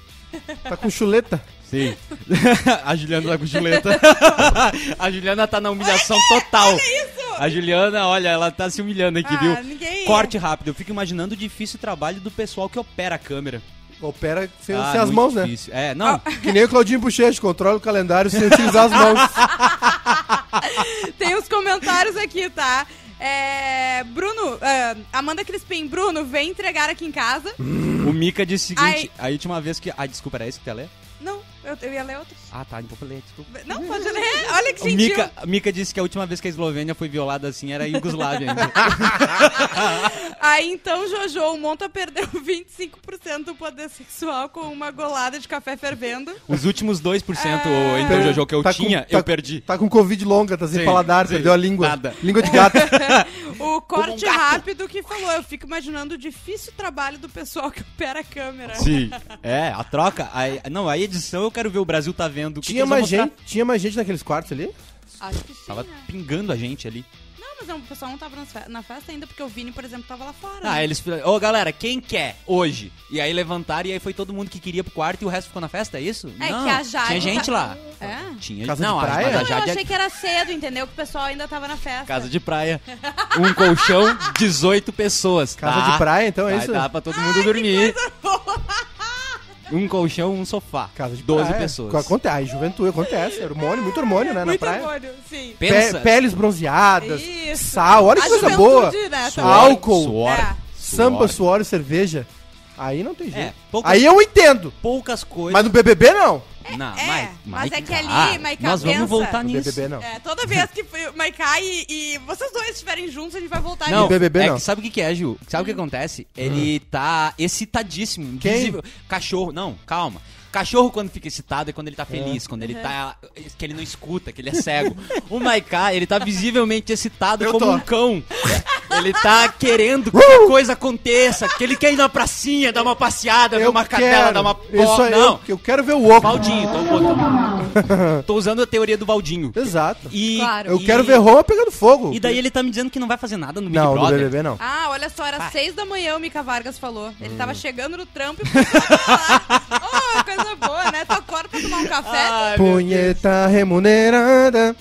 Tá com chuleta. Sim. a Juliana tá com chuleta. a Juliana tá na humilhação total. A Juliana, olha, ela tá se humilhando aqui, Ah, viu? ninguém- Corte rápido. Eu fico imaginando o difícil trabalho do pessoal que opera a câmera. Opera sem, Ah, sem as muito mãos, né? difícil. É, não. Ah. Que nem o Claudinho Bochecha, controla o calendário sem utilizar as mãos. Tem os comentários aqui, tá? É, Bruno, é, Amanda Crispim, Bruno, vem entregar aqui em casa. O Mika disse o seguinte: a última vez que. Ah, desculpa, era esse que tu ia ler? Não, eu, eu ia ler outro. Ah, tá, então eu falei, desculpa. Não, pode ler. Olha que O gentil. Mika, Mika disse que a última vez que a Eslovênia foi violada assim era a Iugoslávia ainda. Aí então Jojo, o Monta perdeu 25% do poder sexual com uma golada de café fervendo. Os últimos 2%, Ah. ou então, Jojo, que eu Tá com- tinha, tá- eu perdi. Tá com Covid longa, tá sem Sim, paladar, sim, perdeu a língua. nada. Língua de gato. O um corte rápido que falou. Eu fico imaginando o difícil trabalho do pessoal que opera a câmera. Sim. É, a troca. a- não, a edição eu quero ver o Brasil tá vendo. O que que tinha, eles vão mais mostrar? gente, tinha mais gente naqueles quartos ali? Acho que sim. Tava né? pingando a gente ali. Não, mas não, o pessoal não tava nas fe- na festa ainda, porque o Vini, por exemplo, tava lá fora. Ah, né? eles falaram, ô galera, quem quer hoje? E aí levantaram e aí foi todo mundo que queria pro quarto e o resto ficou na festa, é isso? É não, que a Jade tinha gente tá- lá. É? Tinha Casa de não, a- praia? mas Não, a eu Jade é achei que era cedo, entendeu? Que o pessoal ainda tava na festa. casa de praia. Um colchão, 18 pessoas. Casa tá? de praia, então é Vai isso? dar pra todo mundo dormir. Um colchão, um sofá. Casa de 12 praia. pessoas. Co- Acontece. Ai, juventude, acontece. Hormônio, muito hormônio, né? É Muito na praia. hormônio, sim. Pe- Pensa. peles bronzeadas, Isso. sal, olha que A coisa boa. juventude, né, Suor. também. álcool. Suor. É. Samba, suor e cerveja. Aí não tem jeito. É, poucas- Aí eu entendo. Poucas coisas. Mas no BBB não. Não, é, Mike, mas Mike, é que ali, ah, Mike, Nós pensa. vamos voltar No No nisso. BBB não. É, toda vez que o Maikai e, e vocês dois estiverem juntos, a gente vai voltar Não, No BBB é não. Hum. que sabe o que, que é, Gil? Sabe o que acontece? Ele tá excitadíssimo. Quem? invisível. Cachorro, não, calma. Cachorro, quando fica excitado, é quando ele tá feliz, quando Uhum. ele tá. que ele não escuta, que ele é cego. o Maiká, ele tá visivelmente excitado Eu como tô. um cão. Ele tá querendo que a coisa aconteça, que ele quer ir na pracinha, dar uma passeada, ver uma cadela, dar uma Isso porra. aí, Não, eu, eu quero ver o Oco. Valdinho, tá tô, botando- tô usando a teoria do Valdinho. Exato. E, Claro. Eu e- quero ver Roma pegando fogo. E daí ele tá me dizendo que não vai fazer nada no Big Não, no Brother. BBB não. Ah, olha só, era seis da manhã o Mica Vargas falou. Ele Hum. tava chegando no trampo e começou a falar. Oh, coisa boa, né? Tu acorda pra tomar um café. Ah. Ai, meu Punheta remunerada.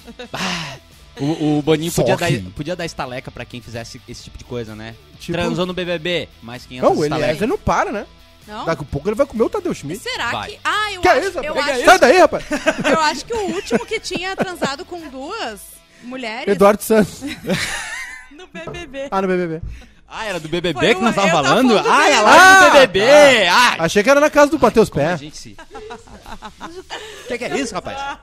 O, o Boninho Só podia que- dar, podia dar estaleca pra quem fizesse esse tipo é- de coisa, né? Tipo- Transou no BBB, mais 500 Não, o estalecas. Eliezer não para, né? Não? Daqui a pouco ele vai comer o Tadeu Schmidt. Será Vai. que. Ah, eu Que é acho, isso, eu, rapaz? acho, Sai daí, rapaz. eu acho que o último que tinha transado com duas mulheres Eduardo Santos. no BBB. Ah, no BBB. Ah, era do BBB Foi que nós o- tava eu tava falando? falando do ah, é BBB. lá do Ah, BBB! Ah, Achei que era na casa do Bater os a Pés. gente se... O que, que é isso, rapaz?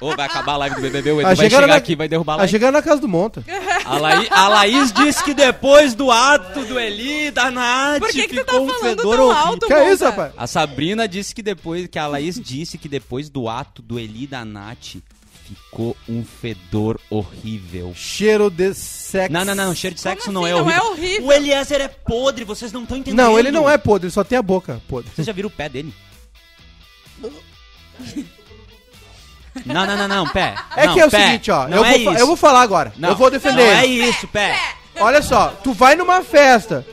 Ô, vai acabar a live do BBB, o Edu vai Achei que era chegar na- aqui e vai derrubar a live. Achei que era na casa do Monta. A, Laí- a Laís disse que depois do ato do Eli, da Nath, Por que, que tu tá ficou um falando fedor tão horrível. alto, Que é isso, Monza? rapaz? A Sabrina disse que depois. Que a Laís disse que depois do ato do Eli da Nath ficou um fedor horrível. Cheiro de sexo. Não, não, não, cheiro de Como sexo não assim? é horrível. Não é horrível. O Eliezer é podre, vocês não estão entendendo. Não, ele não é podre, ele só tem a boca podre. Vocês já viram o pé dele? Não, não, não, não, pé. É Não, que é o pé. seguinte, ó. Não eu, é vou, fa- isso. eu vou falar agora. Não, eu vou defender Não é ele. isso, pé. Olha só, tu vai numa festa.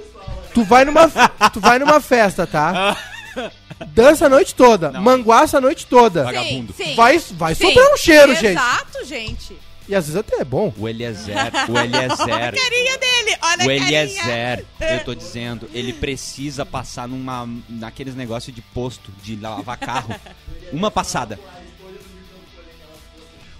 Tu vai numa, tu vai numa festa, tá? Dança a noite toda, manguaça a noite toda. Sim, Vagabundo. Sim, Vai, vai sobrar um cheiro, gente. Exato, gente. E às vezes até é bom. O Eliezer, o né, Eliezer. Carinha dele, olha O a carinha. É. Eliezer, É. eu tô dizendo, ele precisa passar numa, naqueles negócios de posto, de lavar carro. Uma passada.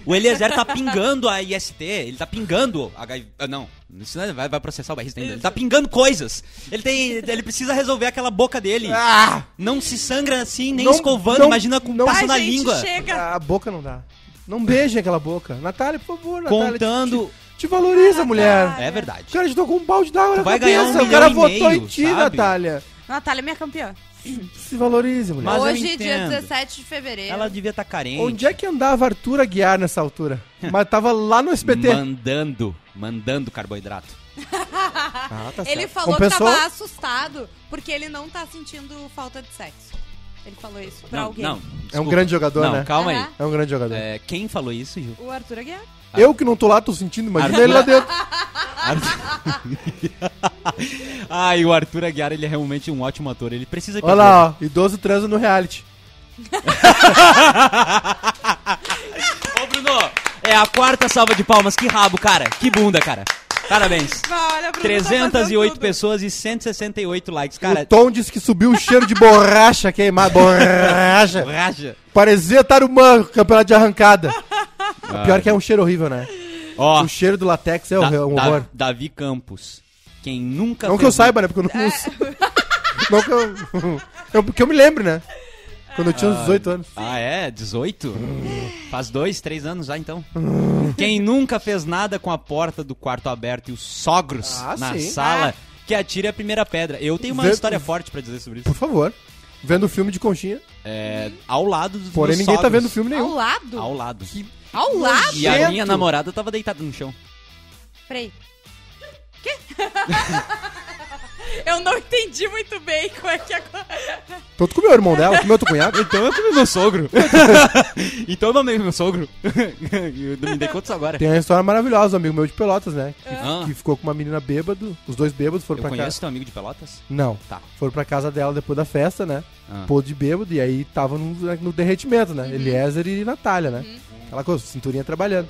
O Eliezer tá pingando a IST, ele tá pingando a HIV, ah, Não, isso não é- vai, vai processar o barrista ainda. Ele tá pingando coisas. Ele, tem, ele precisa resolver aquela boca dele. Ah, Não se sangra assim, nem Não- escovando, não- imagina com não- passo Ai, na gente, língua. chega. a boca não dá. Não beijem aquela boca. Natália, por favor, Natália. te- Contando- Te, te valoriza, mulher. É verdade. Cara, te tocou um balde d'água na vai cabeça. ganhar um o cara milhão e votou meio, em ti, sabe? Natália. Natália é minha campeã. Se valorize, mulher. Mas eu Hoje, dia entendo. 17 de fevereiro. Ela devia estar tá carente. Onde é que andava Arthur Aguiar nessa altura? Mas tava lá no SBT. Mandando, mandando carboidrato. Ah, tá Ele certo. falou Compensou? que tava assustado porque ele não tá sentindo falta de sexo. Ele falou isso pra não, alguém. não, É um desculpa. grande jogador, Não, né? calma aí. Aham. É um grande jogador. É, quem falou isso, Gil? O Arthur Aguiar. Eu que não tô lá, tô sentindo, imagina Arthur- ele lá dentro. Ah, e o Arthur Aguiar, ele é realmente um ótimo ator. Ele precisa ir pra Olha lá, ó, idoso transa no reality. Globo. Ô, Bruno, É a quarta salva de palmas. Que rabo, cara. Que bunda, cara. Parabéns. Vai, olha, a Bruna tá fazendo 308 tudo. pessoas e 168 likes, O cara. Tom disse que subiu o cheiro de borracha queimada. Borracha. Raja. Parecia Tarumã, campeonato de arrancada. O pior é que é um cheiro horrível, né? Ó, O cheiro do latex é Da- horror- um Da- horror. Davi Campos. Quem nunca Não que eu fez- saiba, né? Porque eu não. não que eu. eu- Porque eu me lembro, né? Quando eu tinha uns 18 anos. Ah, é? 18? Faz dois, três anos já então. Quem nunca fez nada com a porta do quarto aberta e os sogros Ah, na sim. sala, que atire a primeira pedra. Eu tenho uma Vê- história forte pra dizer sobre Por isso. favor. Vendo um filme de conchinha. É, ao lado dos Porém, dos ninguém tá sogros. vendo filme Ao nenhum. lado? Ao lado. Ao lado? E a Gente. minha namorada tava deitada no chão. Peraí. Quê? Eu não entendi muito bem como é que agora. Então tu comeu o irmão dela, tu comeu teu cunhado. Então eu comi meu sogro. então eu mamei meu sogro. eu me dei conta disso agora. Tem uma história maravilhosa, um amigo meu de Pelotas, né? Que, Ah. que ficou com uma menina bêbado. Os dois bêbados foram Eu pra casa. conheço teu amigo de Pelotas? Não. Tá. Foram pra casa dela depois da festa, né? Ah. Pôde de bêbado e aí tava no, no derretimento, Uhum. né? Eliezer e Natália, né? Aquela coisa, cinturinha trabalhando.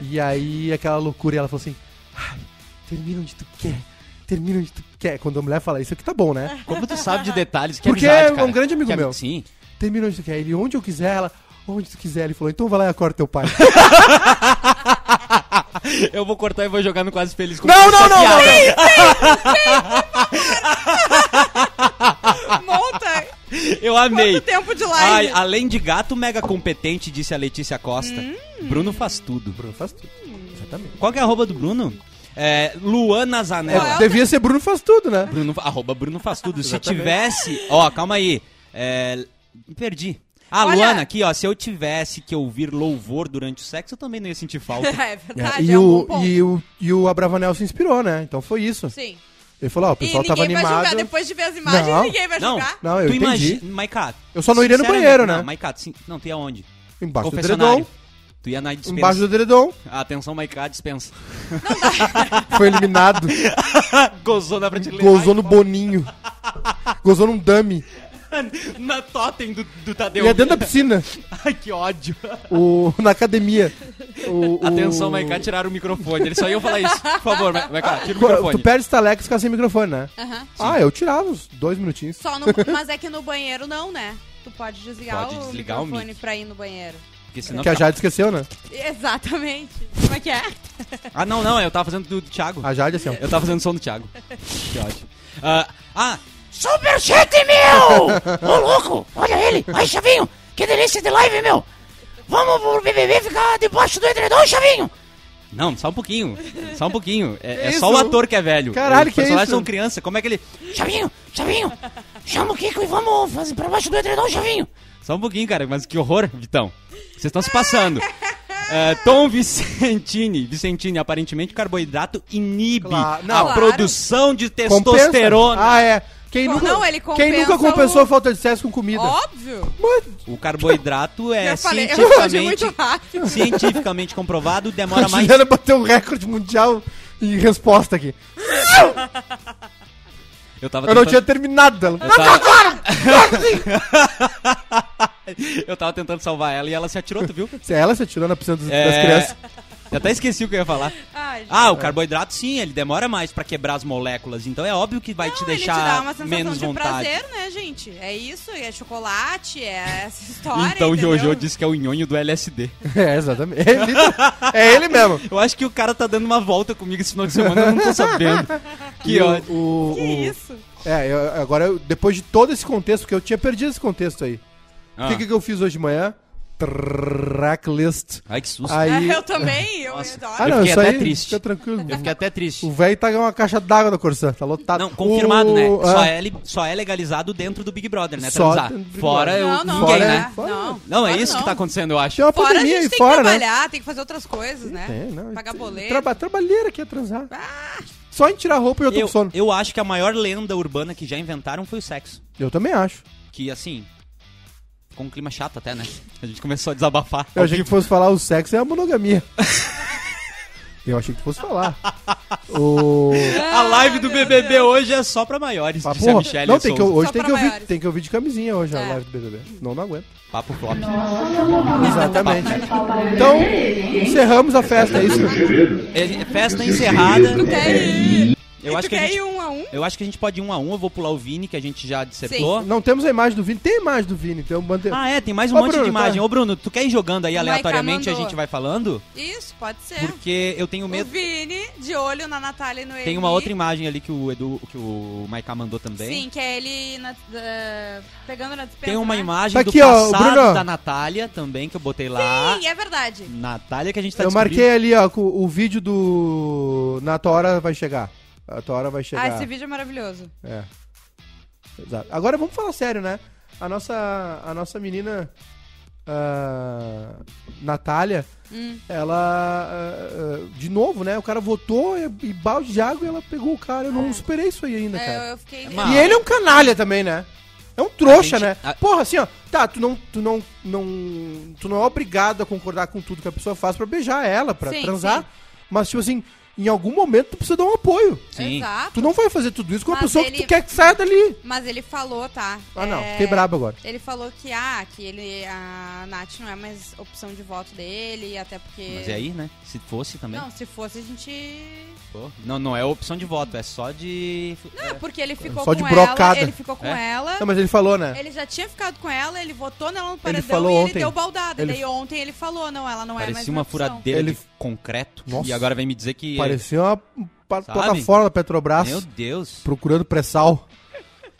E aí aquela loucura e ela falou assim: Ai, termina onde tu quer, termina onde tu quer. Quando a mulher fala isso aqui tá bom, né? Como tu sabe de detalhes? Que Porque amizade, é cara. um grande amigo Que ami- meu. Sim. É. Termina onde tu quer. Ele, onde eu quiser, ela, onde tu quiser. Ele falou: então vai lá e acorda teu pai. Eu vou cortar e vou jogar no Quase Feliz. com não, essa não, não, não, piada. não. Ah, Monta! Eu amei. Quanto tempo de Ai, live? além de gato mega competente, disse a Letícia Costa. Hum. Bruno faz tudo. Bruno faz tudo. Exatamente. Qual que é a arroba do Bruno? É, Luana Zanella. É, devia ser Bruno faz tudo, né? Bruno, arroba Bruno faz tudo. Se tivesse... Ó, calma aí. É, perdi. Ah, Olha- Luana, aqui, ó. Se eu tivesse que ouvir louvor durante o sexo, eu também não ia sentir falta. É verdade, e, é um o, bom ponto. e, o, e o Abravanel se inspirou, né? Então foi isso. Sim. Ele falou: ó, o E pessoal ninguém tava vai animado. julgar. Depois de ver as imagens, Não, ninguém vai Não, julgar. Não, eu tu entendi. imagina... Maiká, Eu só não iria no sinceramente, banheiro, né? Não, Maiká, sim... Não, tu ia onde? Embaixo do Confessionário. edredom. Tu ia na dispensa. Embaixo do edredom. Atenção, Maiká, dispensa. Foi eliminado. Gozou na prateleira. gozou no boninho. Gozou num dummy. Na totem do, do Tadeu. E é dentro da piscina. Ai, que ódio. O, na academia. O, o- Atenção, Maiká, tiraram o microfone. Eles só iam falar isso. Por favor, Ma- Maiká, tira o Tu microfone. perde estaleca e fica sem microfone, né? Ah, eu tirava os dois minutinhos. Só no... Mas é que no banheiro não, né? Tu pode desligar, Pode o desligar o microfone mic. pra ir no banheiro. Porque senão Que a fica- Jade esqueceu, né? Exatamente. Como é que é? Ah, não, não. Eu tava fazendo do, do Thiago. A Jade assim, ó. É, Eu tava fazendo som do Thiago. Que ódio. Ah, ah, Superchat, meu! Ô, louco! Olha ele! Ai, Chavinho! Que delícia de live, meu! Vamos pro BBB ficar debaixo do edredom, Chavinho! Não, só um pouquinho. Só um pouquinho. É, é Isso. só o ator que é velho. Caralho, Os que personagens isso? são criança. Como é que ele... Chavinho, Chavinho, chama o Kiko e vamos fazer pra baixo do edredom, Chavinho. Só um pouquinho, cara, mas que horror, Vitão. Vocês estão se passando. É, Tom Vicentini. Vicentini, aparentemente carboidrato inibe Claro, a não. produção de Compensa. testosterona. Ah, é. Quem Bom, nunca, não, ele quem nunca compensa compensou o- a falta de sucesso com comida? Óbvio. O carboidrato é eu falei, eu respondi cientificamente, muito rápido. cientificamente comprovado, demora a mais. Juliana bateu um recorde mundial em resposta aqui. Eu tava Eu não tinha tentando- terminado ela. eu tava- Eu tava tentando salvar ela e ela se atirou, tu viu? Se Ela se atirou na piscina das, das É, crianças. Eu até esqueci o que eu ia falar. Ai, gente. Ah, o carboidrato sim, ele demora mais pra quebrar as moléculas, então é óbvio que vai te Não, deixar ele te dá uma sensação menos de vontade. prazer, né, gente? É isso, é chocolate, é essa história. então o entendeu? Jojo disse que é o nhonho do LSD. É, exatamente. É ele, é ele mesmo. Eu acho que o cara tá dando uma volta comigo esse final de semana, eu não tô sabendo. Que E o- ódio. o- Que o- isso? É, eu- agora, eu- depois de todo esse contexto, porque eu tinha perdido esse contexto aí. O Ah. que, que eu fiz hoje de manhã? Tracklist. Ai, que susto. Aí. É, Eu também, eu Nossa. adoro. Ah, não, fiquei isso até aí. triste. Fica tranquilo. Eu fiquei até triste. O velho tá com uma caixa d'água da Corsã, tá lotado. Não, confirmado, O- né? Só ah, é, li- só é legalizado dentro do Big Brother, né? Só Transar. dentro do Big Fora Brother. eu, Não, não, ninguém, fora, né? né? Não, não. Não, é Fora isso que tá acontecendo, eu acho. Tinha uma Fora a pandemia gente aí tem fora, que né? trabalhar, tem que fazer outras coisas, né? É, não, Pagar isso- boleto. Ah. Traba, trabalheira aqui é transar. Só em tirar a roupa e eu tô Eu, com sono. eu acho que a maior lenda urbana que já inventaram foi o sexo. Eu também acho. Que, assim, ficou um clima chato até, né? A gente começou a desabafar. Eu achei que fosse falar o sexo é a monogamia. Eu achei que tu fosse falar. o... A live do BBB hoje é só pra maiores, Ah, disse a porra, Michelle não, tem que, Souza. hoje Só tem pra que, ouvir, maiores. tem que ouvir de camisinha hoje a É. live do BBB. Não, não aguento. Papo flop. Exatamente. Então, encerramos a festa, é isso? É, festa encerrada. Quer É ir? Eu acho tu que a quer gente ir um a um? Eu acho que a gente pode ir um a um, eu vou pular o Vini, que a gente já dissertou. Não temos a imagem do Vini. Tem a imagem do Vini, então mantém. Ah, é, tem mais um Ô, monte Bruno, de imagem. tá. Ô, Bruno, tu quer ir jogando aí Maica aleatoriamente e a mandou. gente vai falando? Isso, pode ser. Porque eu tenho O medo. Vini, de olho na Natália e no Tem uma outra imagem ali que o Edu, que o Maiká mandou também. Sim, que é ele na- da- pegando na despensa. Tem uma né? imagem Tá aqui, do ó, passado Bruno. da Natália também, que eu botei lá. Sim, é verdade. Natália, que a gente tá Eu marquei ali, ó, com o vídeo do. Na tua hora vai chegar. A tua hora vai chegar. Ah, esse vídeo é maravilhoso. É. Exato. Agora vamos falar sério, né? A nossa, a nossa menina. ah, Natália, Hum. ela. ah, ah, de novo, né? O cara votou e, e balde de água e ela pegou o cara. Eu não superei isso aí ainda, É, eu, cara. eu fiquei. Mas- Ah. E ele é um canalha também, né? É um trouxa, A gente- né? a- Porra, assim, ó. Tá, tu não, tu não, não, tu não é obrigado a concordar com tudo que a pessoa faz pra beijar ela, pra Sim, transar. sim. Mas tipo assim, em algum momento tu precisa dar um apoio. Sim. Exato. Tu não vai fazer tudo isso com a Ah, Mas pessoa que ele- tu quer que saia dali. Mas ele falou, tá? Ah, não, é, fiquei brabo agora. Ele falou que, ah, que ele, a Nath não é mais opção de voto dele, até porque. Mas é aí, né? Se fosse também. Não, se fosse a gente. Pô. Não, não é opção de voto, é só de. Não, é porque ele ficou com Só de brocada. ela. Ele ficou com É? ela. Não, mas ele falou, né? Ah. Ele já tinha ficado com ela, ele votou nela no paredão falou e ontem. ele deu baldada. Ele- Daí ontem ele falou, não, ela não é mais Parecia minha uma opção. furadeira Ele- de concreto. Nossa. E agora vem me dizer que. Parecia uma pa- Sabe? plataforma da Petrobras Meu Deus. procurando pré-sal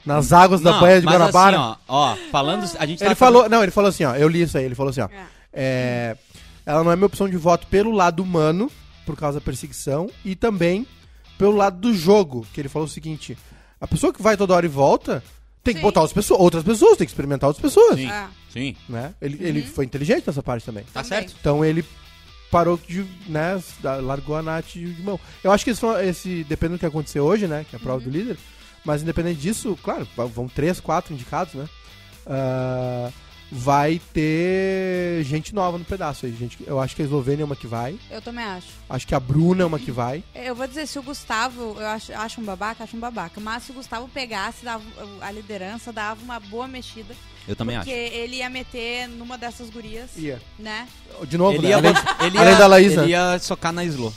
nas águas da Não, Baía de mas Guanabara. Assim, ó, é? ó, falando. A gente tá tava Ele falou, não, ele falou assim, ó, eu li isso aí, ele falou assim, ó. É. é, ela não é minha opção de voto pelo lado humano, por causa da perseguição, e também pelo lado do jogo, que ele falou o seguinte: a pessoa que vai toda hora e volta tem que Sim. botar outras pessoas, outras pessoas, tem que experimentar outras pessoas. Sim, Ah. sim. Né? Ele, ele Uhum. foi inteligente nessa parte também. Tá Também. certo? Então ele parou de, né, da- largou a Nath de mão. Eu acho que esse, foi- esse depende do que acontecer hoje, né, que é a Uhum. prova do líder, mas independente disso, claro, va- vão três, quatro indicados, né, Ah, vai ter gente nova no pedaço aí, gente. Eu acho que a Eslovênia é uma que vai, Eu também acho. acho que a Bruna é uma que vai. Eu vou dizer, se o Gustavo, eu acho, acho um babaca, acho um babaca. Mas se o Gustavo pegasse dava, a liderança, dava uma boa mexida. Eu também porque acho. ele ia meter numa dessas gurias, Ia. né? De novo, Ele né? ia, Além- bot- ele além ia- da Laísa. Ele ia socar na Slo.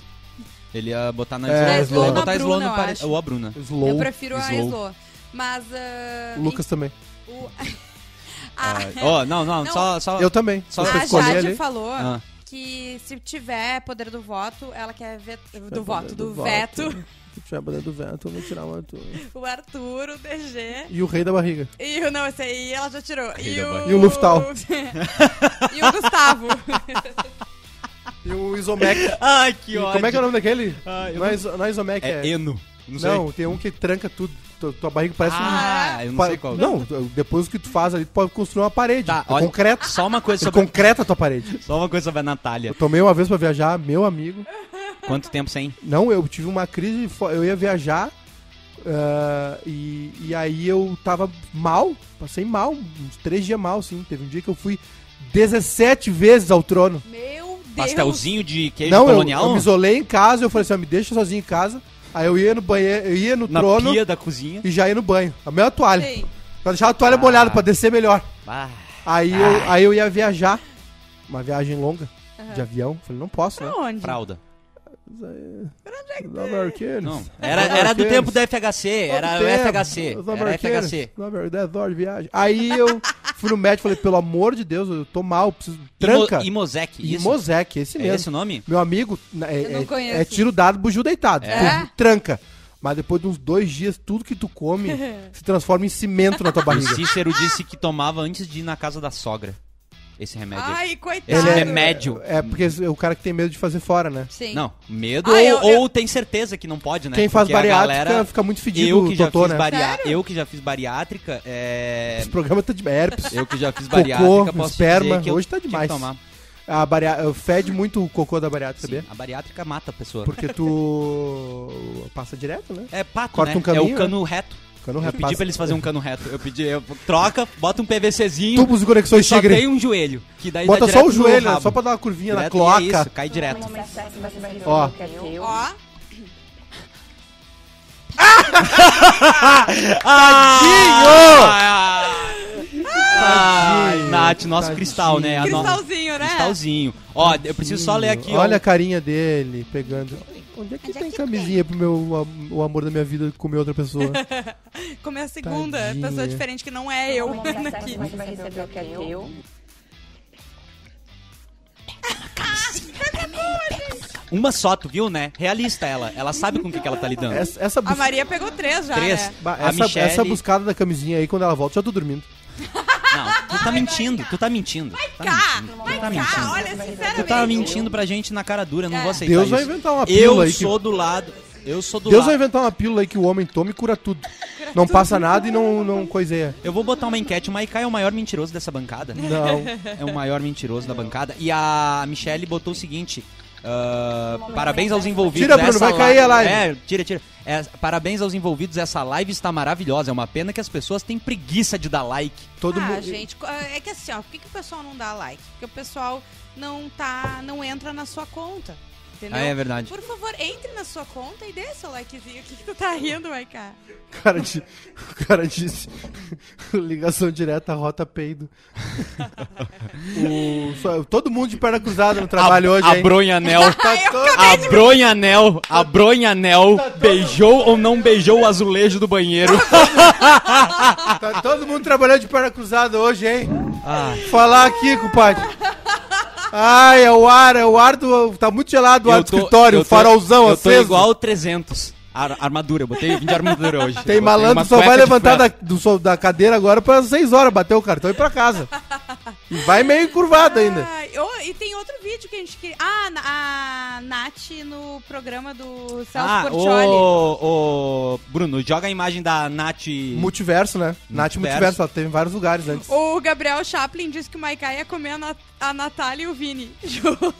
Ele ia botar na É, Slo. Na Slo. Ia botar Na a Slo Bruna, no eu pare... acho. Ou a Bruna. Slow, eu prefiro a Slow. Slow. Mas. ah, o Lucas também. e- o- a- Ah, ó, não, não, Não. só. só... Eu também. Só Se pra eu a escolher Jade ali- falou Ah. que se tiver poder do voto, ela quer vet... do poder voto, do, do voto. veto, Se tiver poder do vento, eu vou tirar uma tua. o Arthur, o DG. E o rei da barriga. E o não, esse aí ela já tirou. E da o... E o Luftal. e o Gustavo. E o Isomec. Ai, que E ódio. Como é que é o nome daquele? Ah, eu não, é iso- não é Isomec, É é. Eno. Não sei. Não, tem um que tranca tudo. Tu- Tua barriga parece Ah, eu um. não pa- sei qual. Não, tu- depois que tu faz ali, tu pode construir uma parede. Tá, É olha, concreto. É Só uma coisa Sobre... sobre, Concreta a tua parede. só uma coisa sobre a Natália. Eu tomei uma vez pra viajar, meu amigo. Quanto tempo sem? Não, eu tive uma crise, fo- eu ia viajar ah, e, e aí eu tava mal, passei mal, uns três dias mal, sim. Teve um dia que eu fui 17 vezes ao trono. Meu Deus. Pastelzinho de queijo não, eu, colonial? eu me isolei em casa, eu falei assim, ó, me deixa sozinho em casa. Aí eu ia no banheiro, eu ia no na trono pia da cozinha. e já ia no banho. A mesma toalha. Sim. Pra deixar a toalha molhada, pra descer melhor. Ah, Aí eu, aí eu ia viajar. Uma viagem longa de avião. Falei, não posso, né? Pra onde? fralda. Os americanos. Não. Os Era, era do americanos. tempo da FHC. Era Todo tempo. o FHC. Os Era americanos. FHC. Os americanos, 10 horas de viagem. Aí eu fui no médico e falei, pelo amor de Deus, eu tô mal, preciso... Tranca. Imo, Imosec. E Isso. Mosec, esse é mesmo. esse o nome? Meu amigo, na- é, Eu não é- conheço. é tiro dado, bugio deitado. É? Tu tranca. Mas depois de uns dois dias, tudo que tu come se transforma em cimento na tua O barriga. Cícero disse que tomava antes de ir na casa da sogra. Esse remédio. aí. Ai, coitado. Esse remédio. É porque é o cara que tem medo de fazer fora, né? Sim. Não, medo Ah, ou, eu- eu- ou tem certeza que não pode, né? Quem faz Porque a bariátrica galera- fica muito fedido, eu que já totô, fiz né? baria- Eu que já fiz bariátrica, é... Esse programa tá de herpes. Eu que já fiz bariátrica, posso esperma, dizer que eu hoje tá tive que demais. tomar. A baria... Fede muito o cocô da bariátrica, Sim, sabia? a bariátrica mata a pessoa. Porque tu passa direto, né? É pato, Corta né? um caminho, é o cano reto. O Cano Eu reto. pedi pra eles fazerem um cano reto. Eu pedi, eu, troca, bota um PVCzinho. Tubos e conexões só tigre. tem um joelho. Que daí dá Bota só direto o no joelho, né? rabo. só pra dar uma curvinha direto, e na é isso, cloaca. cai direto. Ó, é Ó, Ah! Ai, Tadinho, Nath, nosso tadinho. cristal, né? A no- cristalzinho, né? Cristalzinho. Ó, eu preciso só ler aqui, ó. Olha a carinha dele pegando. Onde é que tem camisinha pro meu am- o amor da minha vida comer outra pessoa? Como é a segunda Tadinha. pessoa diferente que não é eu aqui. é Uma só, tu viu, né? Realista ela. Ela sabe com o que, que ela tá lidando. Essa, essa, A bus- Maria pegou três já, Três. né? ba- A essa, Michelle- essa buscada da camisinha aí, quando ela volta, já tô dormindo. Não, tu tá mentindo, tu tá mentindo. Tá Cá, mentindo, vai tu tá cá, mentindo. olha, Tu tá sinceramente. mentindo pra gente na cara dura, eu não vou aceitar Deus isso. vai inventar uma pílula Eu aí. que- sou do lado. Eu sou do Deus vai lado. inventar uma pílula aí que o homem toma e cura tudo. não passa nada e não, não coiseia. Eu vou botar uma enquete. O Maikai é o maior mentiroso dessa bancada. Não. É o maior mentiroso da bancada. E a Michelle botou o seguinte. ah, parabéns aos envolvidos. Tira, Bruno, essa vai cair a live. É, tira, tira. É, parabéns aos envolvidos. Essa live está maravilhosa. É uma pena que as pessoas têm preguiça de dar like. Todo ah, mundo. gente, co- é que assim, ó, por que, que o pessoal não dá like? Porque o pessoal não tá, não entra na sua conta, entendeu? Ah, é verdade. Por favor, entre na sua conta e dê seu likezinho. O que, que tu tá rindo, Maiká? O cara, di- o cara disse. Ligação direta, rota peido. O- só- todo mundo de perna cruzada no trabalho hoje. a hein? Bronhanel. Tá todo- A Bronhanel. A Bronhanel beijou ou não beijou o azulejo do banheiro. Tá todo mundo trabalhando de perna cruzada hoje, hein? Ah. Falar aqui, compadre. Ai, é o ar, é o ar do. Tá muito gelado o ar Eu do tô- escritório, eu o tô- farolzão Eu tô aceso. igual o 300. Ar- armadura, eu botei 20 de armadura hoje. Tem Eu botei malandro uma só cueca vai de levantar cueca. da, do so- da cadeira agora pra 6 horas, bater o cartão e ir pra casa. E vai meio curvado ainda. Ai, ô, e tem outro vídeo que a gente queria. Ah, na- a Nath no programa do Celso Ah, Portioli. ô, ô, Bruno, joga a imagem da Nath. Multiverso, né? Nath Multiverso, Multiverso, ela teve em vários lugares antes. O Gabriel Chaplin disse que o Maiká ia comer a, Nat a Natália e o Vini junto.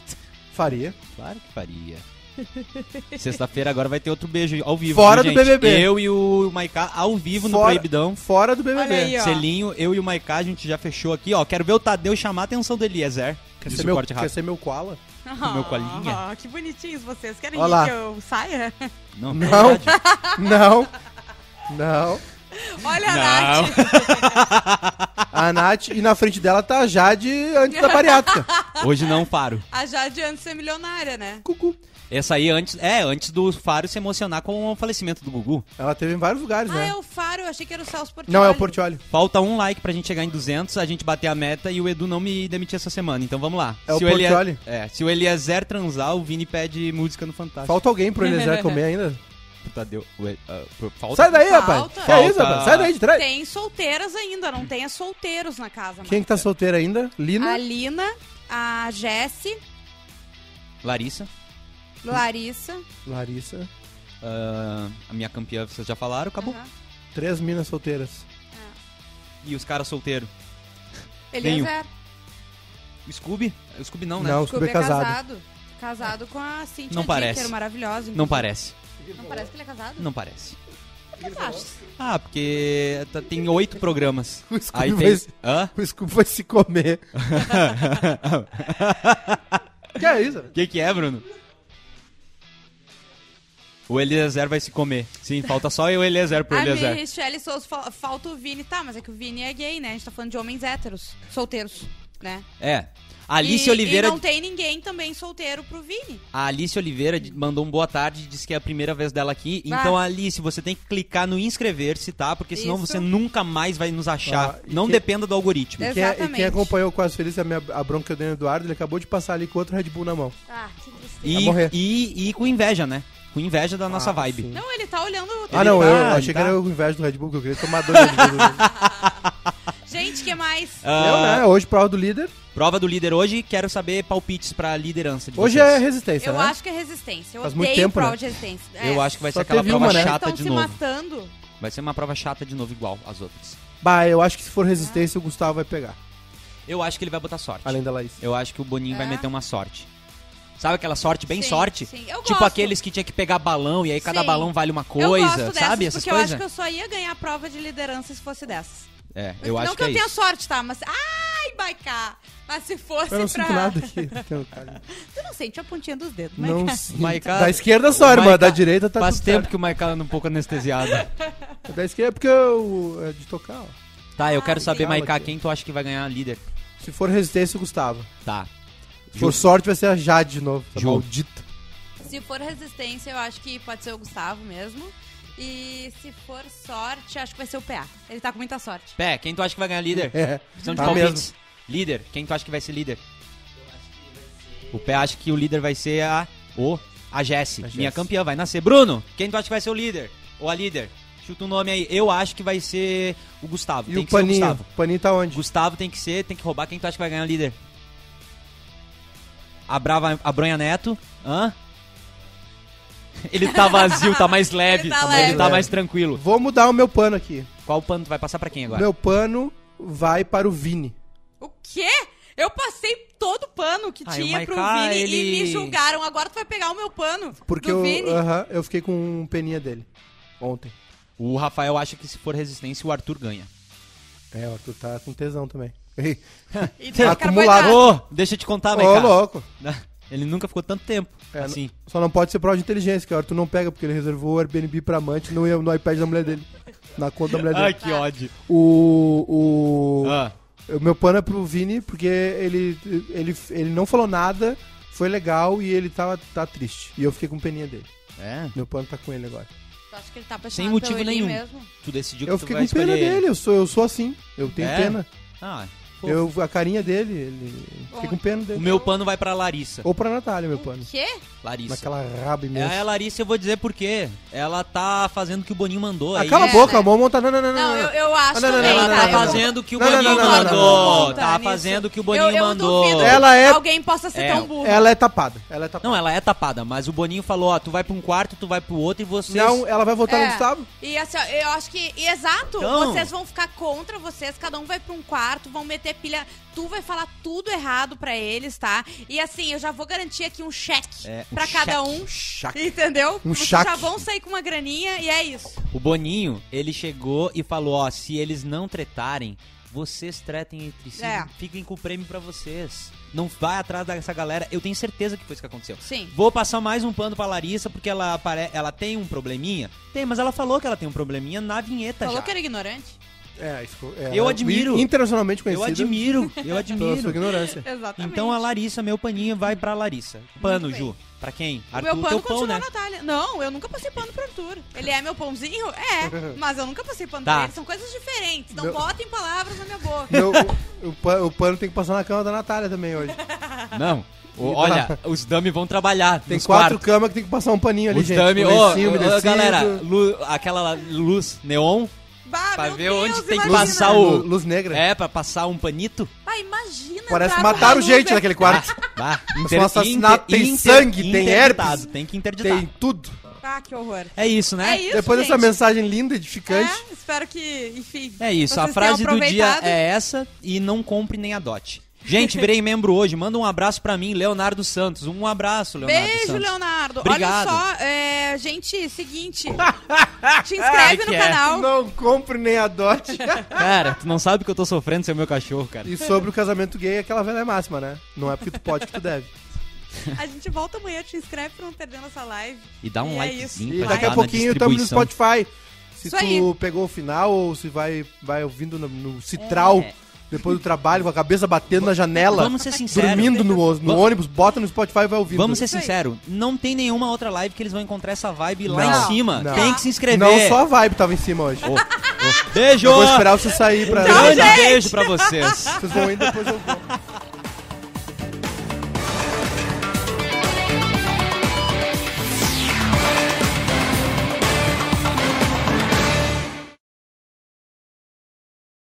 Faria. Claro que faria. Sexta-feira agora vai ter outro beijo ao vivo. Fora viu, do BBB. Eu e o Maiká ao vivo no Fora- Ah. Proibidão. Um Fora do Olha aí, BBB. ó. Selinho, eu e o Maiká, a gente já fechou aqui, ó. Quero ver o Tadeu chamar a atenção do Eliezer. Quer Disse ser, o meu, corte quer rápido. ser meu koala? Ah, meu colinha. que bonitinhos vocês. Querem Olha lá. que eu saia? Não, é Não. verdade. Não. Não. Olha a Não. Nath. A Nath, e na frente dela tá a Jade antes da bariátrica. Hoje não paro. A Jade antes de ser milionária, né? Cucu. Essa aí antes, é, antes do Faro se emocionar com o falecimento do Gugu. Ela teve em vários lugares, Ah, né? é o Faro, eu achei que era o Celso Portioli. Não, é o Portioli. Falta um like pra gente chegar em 200, a gente bater a meta e o Edu não me demitir essa semana. Então vamos lá. É o Elie- Portioli? É, se o Eliezer transar, o Vini pede música no Fantástico. Falta alguém pro Eliezer comer ainda. Puta, deu. ué, ah, pô, falta. Sai daí, Falta. rapaz. Que é isso, Falta. rapaz? Sai daí de trás. Tem solteiras ainda, não tem é solteiros na casa. Quem que tá solteiro ainda? mano. Lina. A Lina, a Jesse, Larissa, Larissa. Larissa. ah, a minha campeã, vocês já falaram, Hum. acabou. Aham. Três minas solteiras. E os caras solteiros? Eliezer. O Scooby? O Scooby não, né? Não, o Scooby Scooby é é casado. casado. Casado com a Cintia Não parece. Dicker, maravilhosa. Não parece. Não parece que ele é casado? Não parece. O que tu acha? Ah, porque tá- tem oito programas. O Scooby Aí tem. vai- Hã? O Scooby vai se comer. que é isso? O que, que é, Bruno? O Eliezer vai se comer. Sim, falta só eu e o Eliezer pro A Eliezer. Michelle Souza fal- falta o Vini. Tá, mas é que o Vini é gay, né? A gente tá falando de homens héteros, solteiros, né? É. A Alice e, Oliveira. E não tem ninguém também solteiro pro Vini. A Alice Oliveira de- mandou um boa tarde e disse que é a primeira vez dela aqui. Vai. Então, Alice, você tem que clicar no inscrever-se, tá? Porque senão Isso. você nunca mais vai nos achar. Ah, e não que- dependa do algoritmo. É. Quem é- e Exatamente. quem acompanhou o Quase Feliz, a, minha, a bronca que eu dei no Eduardo, ele acabou de passar ali com outro Red Bull na mão. Ah, que tristeza. E, Vai morrer. e, e com inveja, né? Com inveja da nossa Ah, vibe. sim. Não, ele tá olhando. ah, não, tá, eu ele achei tá. que era o inveja do Red Bull, que eu queria tomar dois Red Bull. Gente, que mais? eu, Ah, né? Hoje, prova do líder. Prova do líder hoje, quero saber palpites pra liderança de Hoje vocês. é resistência, eu né? acho que é resistência. Eu Faz muito odeio tempo, prova né? de resistência. É, Eu acho que vai Só ser aquela teve prova uma, né? chata estão de Então, se novo. matando. Vai ser uma prova chata de novo, igual as outras. Bah, eu acho que se for resistência, o Gustavo vai pegar. Eu acho que ele vai botar sorte. Além da Laís. Eu acho que o Boninho vai É? meter uma sorte. Sabe aquela sorte, bem Sim, sorte? sim. Eu tipo gosto. aqueles que tinha que pegar balão e aí cada Sim. balão vale uma eu coisa, gosto dessas, sabe? Essas porque eu acho coisas. que eu só ia ganhar a prova de liderança se fosse dessas. É, eu não acho que eu é tenha isso. sorte, tá? Mas. Ai, Baicá! Mas se fosse Eu não pra. sinto nada aqui. Então, cara, Tu não sente a pontinha dos dedos, né, mas. Não, Maiká- da esquerda só, irmã. Maiká- Da direita tá Faz tudo tempo que o Maiká anda um pouco anestesiado. certo. Da esquerda é porque eu, é de tocar, ó. Tá, eu quero saber, Calma Maiká, aqui. quem tu acha que vai ganhar a líder? Se for resistência, o Gustavo. Tá. Se for sorte, vai ser a Jade de novo. tá essa Ju. Maldita. Se for resistência, eu acho que pode ser o Gustavo mesmo. E se for sorte, acho que vai ser o PA. Ele tá com muita sorte. Pé, quem tu acha que vai ganhar líder? É. São de Tá palpites. Líder, quem tu acha que vai ser líder? O Pé acha que o líder vai ser a. O. A Jessie. Jessie. Minha campeã vai nascer. Bruno, quem tu acha que vai ser o líder? Ou a líder? Chuta um nome aí. Eu acho que vai ser o Gustavo. E tem o que ser o Paninho? Gustavo. O Paninho tá onde? Gustavo tem que ser, tem que roubar. Quem tu acha que vai ganhar líder? A Brava, a Bronha Neto. Hã? Ele tá vazio, tá mais leve. Ele tá leve. mais tranquilo. Vou mudar o meu pano aqui. Qual pano tu vai passar pra quem agora? Meu pano vai para o Vini. O quê? Eu passei todo o pano que Ai, o tinha pro Maiká, Vini e ele- me julgaram. Agora tu vai pegar o meu pano Porque ah, do eu, Vini. aham, eu fiquei com um peninha dele. Ontem. O Rafael acha que se for resistência, o Arthur ganha. É, o Arthur tá com tesão também. E tu vai ficar acumulado. boiado. Ô, deixa eu te contar, Ô, Maiká. louco. Ele nunca ficou tanto tempo. É, assim. Só não pode ser prova de inteligência, que o Arthur não pega, porque ele reservou o Airbnb pra amante no, no iPad da mulher dele. Na conta da mulher dele. Ai, que ódio. O. O. Ah, O meu pano é pro Vini, porque ele, ele, ele não falou nada, foi legal e ele tava, tá triste. E eu fiquei com peninha dele. é. Meu pano tá com ele agora. Tu acha que ele tá apaixonado Sem motivo pelo Eli nenhum. mesmo? Tu decidiu que Eu tu fiquei vai com pena escolher ele. dele, eu sou, eu sou assim. Eu tenho É? pena. Ah, pô. Eu, a carinha dele, ele. Fiquei com pena o dele. meu pano vai pra Larissa. Ou pra Natália, meu O pano. quê? Larissa. Naquela raba imensa. É, a Larissa, eu vou dizer por quê. Ela tá fazendo o que o Boninho mandou. Ah, aí. cala a É, boca, né? a mão monta. Não, não, não, não. Não, não. eu, eu acho Ah, não, não, também, não, não, tá? Ela tá Eu fazendo o que o Não, não, Boninho não, não, não, não, não, mandou. não. Tá fazendo o que o Eu, Boninho eu mandou. duvido que Ela é- alguém possa ser É. tão burro. Ela é tapada. Ela é tapada. Não, ela é tapada, mas o Boninho falou, ó, tu vai pra um quarto, tu vai pro outro e vocês... Não, ela vai votar É. no Gustavo. E assim, ó, eu acho que. e exato! Tá Então- Vocês vão ficar contra vocês, cada um vai pra um quarto, vão meter pilha. Tu vai falar tudo errado pra eles, tá? E assim, eu já vou garantir aqui um cheque É, um pra cada um. Chaca. Entendeu? Um Vocês cheque. já vão sair com uma graninha e é isso. O Boninho, ele chegou e falou, ó, se eles não tretarem, vocês tretem entre si, É. fiquem com o prêmio pra vocês. Não vai atrás dessa galera. Eu tenho certeza que foi isso que aconteceu. Sim. Vou passar mais um pano pra Larissa, porque ela, apare... ela tem um probleminha. Tem, mas ela falou que ela tem um probleminha na vinheta Falou já. que era ignorante? É, isso foi- é, Eu ela- admiro. Internacionalmente Eu conhecida. admiro, eu Pela sua admiro. ignorância. Exatamente. Então a Larissa, meu paninho, vai pra Larissa. Pano, Muito bem. Ju. Pra quem? O meu pano teu continua pão, né? na Natália. Não, eu nunca passei pano pro Arthur. Ele é meu pãozinho? É. Mas eu nunca passei pano Tá. pra ele. São coisas diferentes. Não Meu- botem palavras na minha boca. Meu- o, o pa- o pano tem que passar na cama da Natália também hoje. Não. O- olha, os dummy vão trabalhar. Tem nos quatro quartos. camas que tem que passar um paninho ali, Os gente. dummy. Um Ô, lencinho ô, umedecido. galera, lu- aquela luz neon. Bah, Pra meu ver Deus, onde tem que imagina. Luz- passar o- lu- Luz negra. É, pra passar um panito. Ah, imagina Parece entrar que com uma mataram gente luva. naquele Ah. quarto. Bah, um assassinato, tem sangue, tem interditado, herpes. Tem que interditar. Tem tudo. Ah, que horror. É isso, né? É isso, Depois dessa Tá. gente. mensagem linda, edificante. É, espero que, enfim. É isso, a vocês tenham frase do dia aproveitado. é essa e não compre nem adote. Gente, virei membro hoje. Manda um abraço pra mim, Leonardo Santos. Um abraço, Leonardo Beijo, Santos. Leonardo. Obrigado. Olha só, é, gente, seguinte. te inscreve Ai, no que é. canal. Não compre nem adote. Cara, tu não sabe o que eu tô sofrendo sem o meu cachorro, cara. e sobre o casamento gay, aquela velha máxima, né? Não é porque tu pode que tu deve. A gente volta amanhã, te inscreve pra não perder nossa live. E dá um E é likezinho E pra ajudar daqui a na pouquinho estamos no distribuição. Spotify. Se Isso tu aí. pegou o final ou se vai, vai ouvindo no, no citral, É. depois do trabalho, com a cabeça batendo na janela, Vamos ser sinceros. dormindo no, no Vamos- ônibus, bota no Spotify e vai ouvindo. Vamos ser Isso aí. sinceros, não tem nenhuma outra live que eles vão encontrar essa vibe lá Não, em cima. não. Tem que se inscrever. Não só a vibe tava em cima hoje. Ô, ô, Beijo! Eu vou esperar você sair pra... Grande beijo pra vocês. Vocês vão indo, depois eu vou.